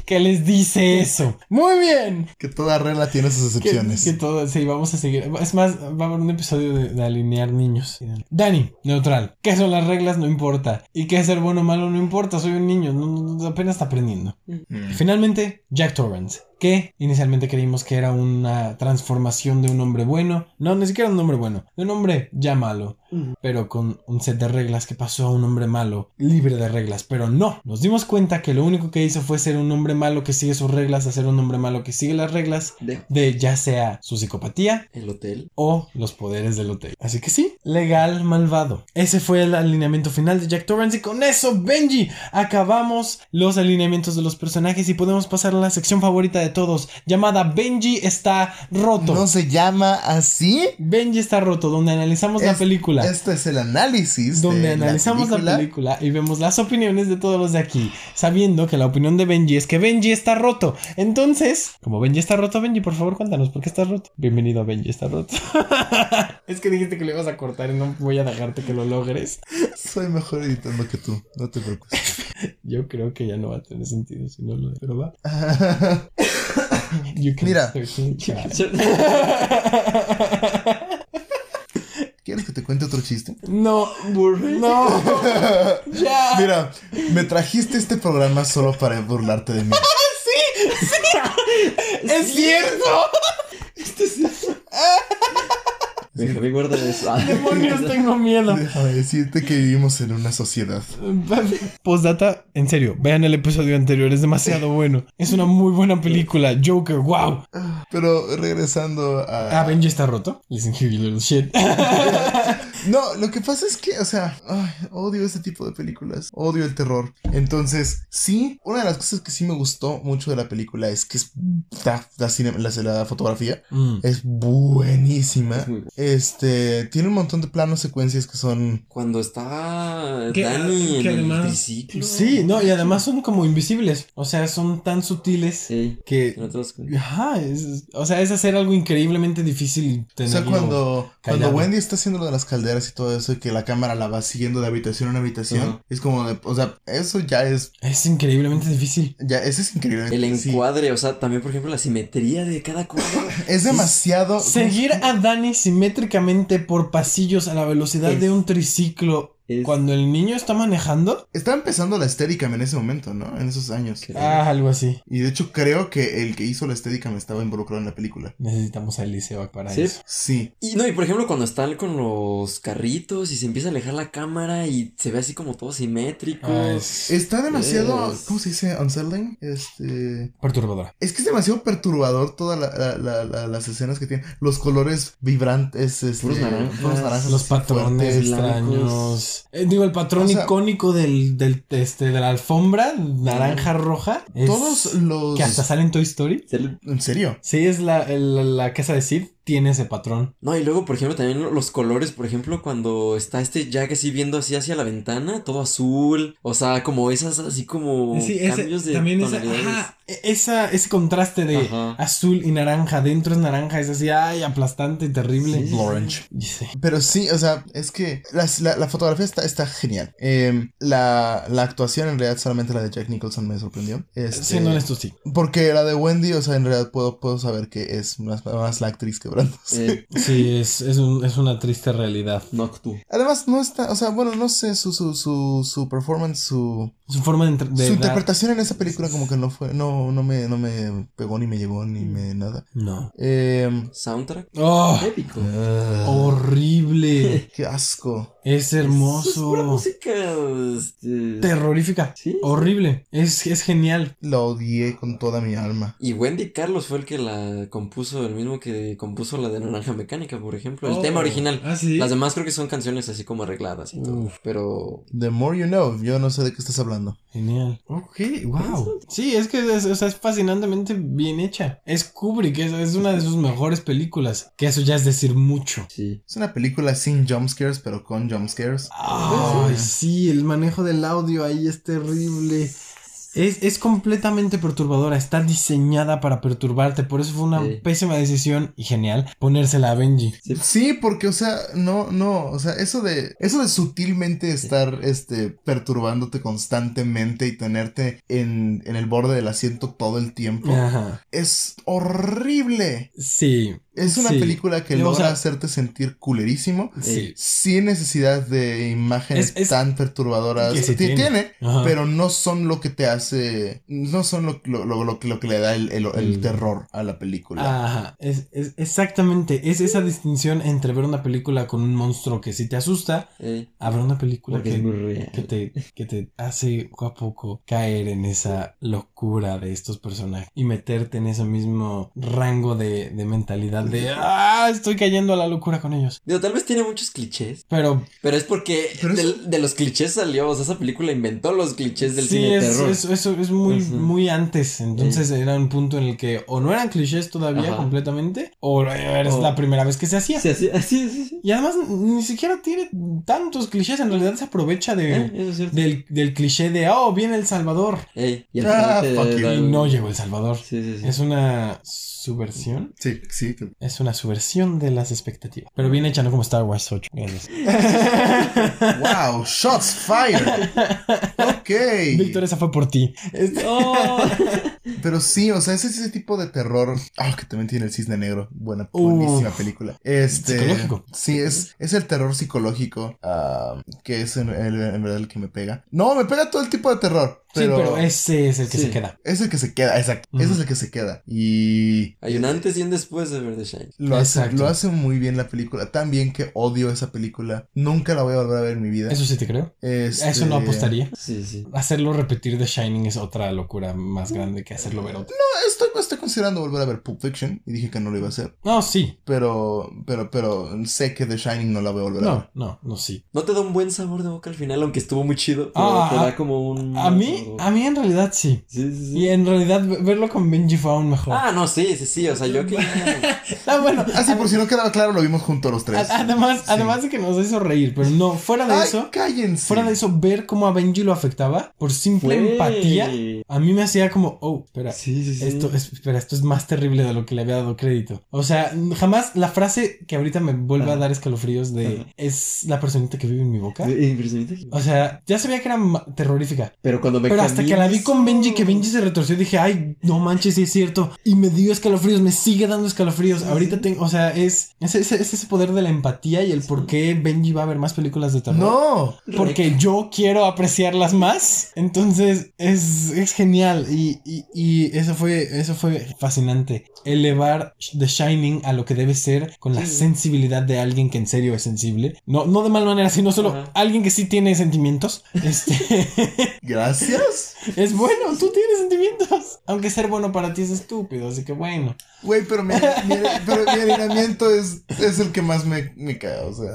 A: ¿Qué les dice eso? Muy bien.
B: que toda regla tiene sus
A: Que,
B: excepciones.
A: que todo, sí, vamos a seguir. Es más, va a haber un episodio de, de alinear niños. Dani, neutral. ¿Qué son las reglas? No importa. ¿Y qué es ser bueno o malo? No importa. Soy un niño. no- no- no, apenas está aprendiendo.
B: Mm.
A: Finalmente, Jack Torrance, que inicialmente creímos que era una transformación de un hombre bueno, no, ni siquiera un hombre bueno, de un hombre ya malo,
C: Mm.
A: pero con un set de reglas que pasó a un hombre malo, libre de reglas, pero no, nos dimos cuenta que lo único que hizo fue ser un hombre malo que sigue sus reglas, a ser un hombre malo que sigue las reglas
C: De
A: de ya sea su psicopatía,
C: el hotel.
A: o los poderes del hotel. Así que sí, legal, malvado. Ese fue el alineamiento final de Jack Torrance y con eso, Benji, acabamos los alineamientos de los personajes y podemos pasar a la sección favorita de todos, llamada Benji está roto.
B: No se llama así.
A: Benji está roto, donde analizamos la
B: Es-
A: película.
B: Esto es el análisis. de
A: Donde analizamos Este, la película. y vemos las opiniones de todos los de aquí, sabiendo que la opinión de Benji es que Benji está roto. Entonces, como Benji está roto, Benji, por favor, cuéntanos por qué estás roto. Bienvenido a Benji está roto. es que dijiste que lo ibas a cortar y no voy a dejarte que lo logres.
B: Soy mejor editando que tú, no te preocupes.
A: Yo creo que ya no va a tener sentido si no lo pero va. You can
B: Mira.
A: search and try.
B: ¿Quieres que te cuente otro chiste?
A: No, no. ya.
B: Mira, me trajiste este programa solo para burlarte de mí.
A: Es cierto.
C: Benjamín, guarda eso. Ah.
A: Demonios, tengo miedo.
B: Déjame decirte que vivimos en una sociedad.
A: Postdata, en serio, vean el episodio anterior, es demasiado bueno. Es una muy buena película, Joker, wow.
B: Pero regresando a...
A: Ah, Benji está roto. Listen here, you little shit.
B: No, lo que pasa es que, o sea, ay, odio ese tipo de películas. Odio el terror. Entonces, sí, una de las cosas que sí me gustó mucho de la película es que es- la, la cine- la- la fotografía
A: Mm.
B: es buenísima.
C: Es muy buena.
B: Este, tiene un montón de planos secuencias que son
C: Cuando estaba
A: Que-
C: Dani
A: que
C: en
A: además-
C: el triciclo.
A: Eh, Sí, no, y además son como invisibles. O sea, son tan sutiles
C: Sí.
A: que.
C: que no te das cuenta.
A: Ajá, es- o sea, es hacer algo increíblemente difícil y
B: O sea,
A: tenerlo-
B: cuando, cuando
A: callado.
B: Wendy está haciendo lo de las calderas y todo eso, y que la cámara la va siguiendo de habitación en habitación,
C: Ajá.
B: es como de, o sea, eso ya es,
A: Es increíblemente difícil.
B: ya, eso es increíble.
C: El
B: Sí.
C: encuadre, o sea, también, por ejemplo, la simetría de cada cuadro.
B: Es demasiado.
A: Seguir a Dani simétricamente por pasillos a la velocidad
C: Es-
A: de un triciclo
C: es-
A: cuando el niño está manejando.
B: Estaba empezando la Steadicam en ese momento, ¿no? En esos años.
C: Creo.
A: Ah, algo así.
B: Y de hecho, creo que el que hizo la Steadicam estaba involucrado en la película.
A: Necesitamos a Eliseo para
C: Sí.
A: eso.
B: Sí.
C: Y no, y por ejemplo, cuando están con los carritos y se empieza a alejar la cámara y se ve así como todo simétrico.
A: Ah, es
B: Está demasiado.
C: Es-
B: ¿Cómo se dice? Unsettling. Este.
A: perturbadora.
B: Es que es demasiado perturbador todas la- la- la- la- las escenas que tiene. Los colores vibrantes. Este,
C: Puros naranjas.
B: puros naranjas
A: Los
B: así
A: patrones
B: fuertes.
A: extraños. Eh, digo, el patrón
B: O sea-
A: icónico del, del- este, de la alfombra, naranja roja. es-
B: Todos los.
A: Que hasta sale en Toy Story.
C: Se le-
B: ¿En serio?
A: Sí, es la, el- la casa de Sid, tiene ese patrón.
C: No, y luego, por ejemplo, también lo- los colores, por ejemplo, cuando está este Jack así viendo así hacia la ventana, todo azul, o sea, como esas así como
A: Sí, ese-
C: cambios de
A: también esa,
C: tonalidades.
A: ajá, e- esa- ese contraste de
C: Ajá.
A: azul y naranja, dentro es naranja, es así, ay, aplastante y terrible.
C: Sí.
B: Orange.
A: Y sí.
B: Pero sí, o sea, es que las- la, la fotografía está, está genial. Eh, la, la actuación, en realidad, solamente la de Jack Nicholson me sorprendió. Este,
A: Siendo honesto, sí.
B: Porque la de Wendy, o sea, en realidad puedo, puedo saber que es más, más la actriz que Brando.
C: Eh,
A: Sí, es, es, un- es una triste realidad.
C: Noctu.
B: Además, no está, o sea, bueno, no sé, su, su, su, su performance, su,
A: Su forma de, entre- de
B: su
A: dar-
B: interpretación en esa película como que no fue, no, no me, no me pegó ni me llegó ni me
A: Mm.
B: nada.
A: No.
B: Eh,
C: Soundtrack
A: Oh,
C: épico.
A: horrible.
B: qué asco.
A: Es
C: Es pura
A: hermoso.
C: música. este,
A: Terrorífica.
C: Sí.
A: Horrible. Es, es genial.
B: La odié con toda mi alma.
C: Y Wendy Carlos fue el que la compuso, el mismo que compuso compuso la de Naranja Mecánica, por ejemplo, Pues el
A: Oh,
C: tema original.
A: Ah, sí.
C: Las demás creo que son canciones así como arregladas y todo.
A: Uf.
C: Pero
B: The more you know, yo no sé de qué estás hablando.
A: Genial. Ok, wow. Sí, es que es, o sea, es fascinantemente bien hecha. Es Kubrick, es, es una de sus mejores películas. Que eso ya es decir mucho.
C: sí.
B: Es una película sin jumpscares, pero con jumpscares.
A: Ay, sí, el manejo del audio ahí es terrible. Es, es completamente perturbadora, está diseñada para perturbarte, por eso fue una
C: Sí.
A: pésima decisión y genial ponérsela a Benji.
B: Sí, porque, o sea, no, no, o sea, eso de, eso de sutilmente estar, este, perturbándote constantemente y tenerte en, en el borde del asiento todo el tiempo,
A: Ajá.
B: es horrible.
A: Sí,
B: Es una
A: Sí.
B: película que
A: O
B: logra
A: sea-
B: hacerte sentir culerísimo
A: sí.
B: sin necesidad de imágenes
A: Es- es-
B: tan perturbadoras.
A: que sí
B: Ti-
A: tiene. Ajá.
B: pero no son lo que te hace, no son lo, lo, lo- lo que- lo que le da el, el- el
C: Mm.
B: terror a la película.
A: Ajá, es, es- exactamente, es esa distinción entre ver una película con un monstruo que sí te asusta
C: eh,
A: a ver una película
C: porque es
A: que,
C: muy real.
A: que, te, que te hace poco a poco caer en esa locura de estos personajes y meterte en ese mismo rango de, de mentalidad de, ah, estoy cayendo a la locura con ellos.
C: Digo, tal vez tiene muchos clichés,
A: Pero
C: pero es porque
B: Pero
C: del-
B: eso-
C: de, los clichés salió, o sea, esa película inventó los clichés del
A: sí,
C: cine de
A: es,
C: terror.
A: es- eso es muy,
C: Ujú.
A: muy antes. Entonces era un punto en el que o no eran clichés todavía
C: Ajá.
A: completamente, o era
C: O-
A: la primera vez que se hacía.
C: Sí, así, así, así, sí.
A: Y además ni siquiera tiene tantos clichés, en realidad se aprovecha
C: Eh,
A: de,
C: eso es cierto.
A: del, del cliché de, oh, viene El Salvador.
C: Ey, y al
B: Ah,
C: final te
B: fuck
C: da-
A: Y no llegó El Salvador.
C: Sí, sí, sí.
A: Es una subversión.
B: Sí, sí. que-
A: Es una subversión de las expectativas. Pero bien hecha, no como Star Wars 8. Gracias.
B: ¡Wow! ¡Shots fired! Ok.
A: Víctor, esa fue por ti. Este-
C: Oh.
B: Pero sí, o sea, es ese tipo de terror. Ah, que también tiene el cisne negro. Buena, buenísima película. Este.
A: Psicológico.
B: Sí, es, es el terror psicológico. ah, que es en, en- en verdad el que me pega. No, me pega todo el tipo de terror. Pero,
A: Sí, pero ese es el que
C: Sí.
A: se queda.
B: es el que se queda, exacto. Ese
A: Ujú.
B: es el que se queda. Y.
C: Hay un antes y un después de ver The Shining.
B: Lo hace,
A: Exacto.
B: lo hace muy bien la película. Tan bien que odio esa película. Nunca la voy a volver a ver en mi vida.
A: Eso sí te creo. A eso
B: Este,
A: no apostaría.
C: Sí, sí.
A: Hacerlo repetir The Shining es otra locura más grande que hacerlo ver otra.
B: Estoy, estoy considerando volver a ver Pulp Fiction y dije que no lo iba a hacer.
A: No, sí.
B: Pero, pero, pero sé que The Shining no la voy a volver a ver.
A: No, no, no, sí.
C: No te da un buen sabor de boca al final, aunque estuvo muy chido. Pero
A: Ah,
C: te
A: a-
C: da como un.
A: A mí, a mí en realidad sí.
C: Sí, sí, sí.
A: Y en realidad ve- verlo con Benji fue aún mejor.
C: Ah, no, sí, sí, sí. O sea, yo que.
A: Ah, bueno.
B: Ah, sí, por si no quedaba claro, lo vimos juntos los
A: a-
B: tres.
A: además,
B: Sí.
A: además de que nos hizo reír, pero no, fuera de
B: Ay,
A: eso,
B: cállense.
A: fuera de eso, ver cómo a Benji lo afectaba por simple empatía,
C: Sí,
A: a mí me hacía como, oh, espera,
C: sí, sí.
A: Esto, es- espera, esto es más terrible de lo que le había dado crédito. O sea, n- jamás la frase que ahorita me vuelve a
C: Ajá.
A: dar escalofríos de
C: Ajá.
A: es la personita que vive en mi boca.
C: Eh, Impresionante.
A: O sea, ya sabía que era ma- terrorífica.
C: Pero cuando me
A: Pero hasta que la vi con Benji, que Benji se retorció, dije, ay, no manches, sí es cierto. Y me dio escalofríos, me sigue dando escalofríos. Ahorita tengo, o sea, es, es, es- es ese poder de la empatía y el por qué Benji va a ver más películas de terror.
B: No.
A: Porque yo quiero apreciarlas más. Entonces es, es genial. Y, y- y eso fue eso fue fascinante. Elevar The Shining a lo que debe ser con la
C: Sí.
A: sensibilidad de alguien que en serio es sensible. No, no de mal manera, sino solo
C: Ajá.
A: alguien que sí tiene sentimientos. Este,
B: Gracias.
A: es bueno, tú tienes sentimientos. Aunque ser bueno para ti es estúpido, así que bueno.
B: Güey, pero mi, mi- pero mi alineamiento es, es el que más me, me cae. O sea,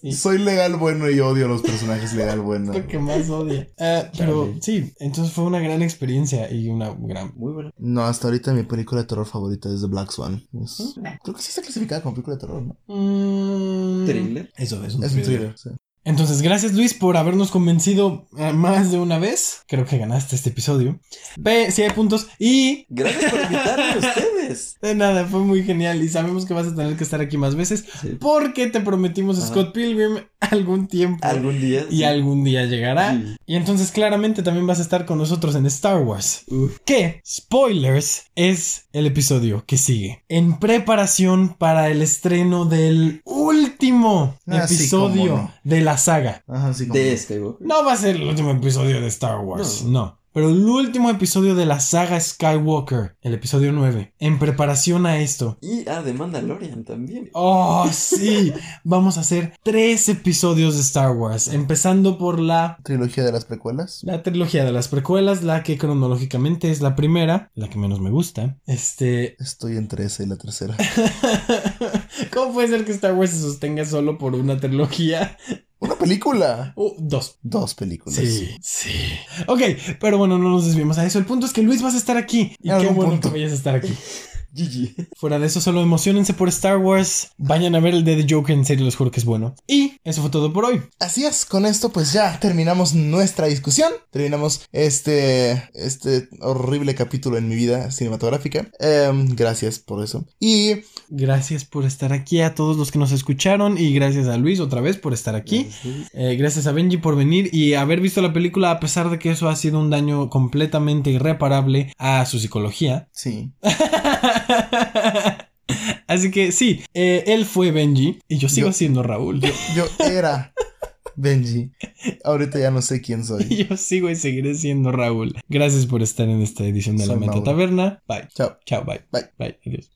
A: Sí.
B: soy legal bueno y odio a los personajes legal
A: Es
B: bueno.
A: lo que más odia. Ah, pero
C: Chale.
A: sí, entonces fue una gran experiencia y una gran
C: Muy buena.
B: No, hasta ahorita mi película de terror favorita es The Black Swan. Es- creo que sí está clasificada como película de terror, ¿no?
A: Mm.
C: Thriller.
A: Eso es
B: Es un thriller. sí.
A: Entonces, gracias Luis por habernos convencido eh, más de una vez. Creo que ganaste este episodio. Ve, si hay puntos. Y
C: Gracias por invitarme a ustedes.
A: de nada, fue muy genial. Y sabemos que vas a tener que estar aquí más veces
C: Sí.
A: porque te prometimos a
C: Ajá.
A: Scott Pilgrim algún tiempo.
C: Algún día.
A: Y algún día llegará.
C: Sí.
A: Y entonces claramente también vas a estar con nosotros en Star Wars.
C: Uf.
A: Que, spoilers, es el episodio que sigue. En preparación para el estreno del último
B: Así
A: episodio
B: como no.
A: de la saga.
B: Ajá, sí. como-
C: De este, Skywalker.
A: No va a ser el último episodio de Star Wars, no. Pero el último episodio de la saga Skywalker, el episodio 9, en preparación a esto.
C: Y ah, de Mandalorian también.
A: ¡Oh, sí! Vamos a hacer tres episodios de Star Wars, empezando por la,
B: Trilogía de las precuelas.
A: la trilogía de las precuelas, la que cronológicamente es la primera, la que menos me gusta. Este,
B: Estoy entre esa y la tercera.
A: ¿Cómo puede ser que Star Wars se sostenga solo por una trilogía?
B: Una película.
A: Uh, dos.
B: Dos películas.
A: Sí, sí. Ok, pero bueno, no nos desviemos a eso. El punto es que Luis vas a estar aquí. Y
B: En
A: qué
B: algún
A: bueno
B: punto.
A: que vayas a estar aquí.
C: GG.
A: Fuera de eso, solo emocionense por Star Wars. Vayan a ver el de The Joker, en serio, les juro que es bueno. Y eso fue todo por hoy.
B: Así es, con esto pues ya terminamos nuestra discusión, terminamos este, este horrible capítulo en mi vida cinematográfica. Em, gracias por eso. Y
A: Gracias por estar aquí a todos los que nos escucharon. Y gracias a Luis otra vez por estar aquí. Eh, gracias a Benji por venir y haber visto la película, a pesar de que eso ha sido un daño completamente irreparable a su psicología.
B: sí,
A: Así que sí, eh, él fue Benji y yo sigo
B: Yo-
A: siendo Raúl.
B: yo, yo era Benji. Ahorita ya no sé quién soy.
A: Y yo sigo y seguiré siendo Raúl. Gracias por estar en esta edición de La
B: Soy
A: Meta
B: Mauro.
A: Taberna. Bye.
B: Chao.
A: Chao, bye.
B: Bye.
A: Bye. Adiós.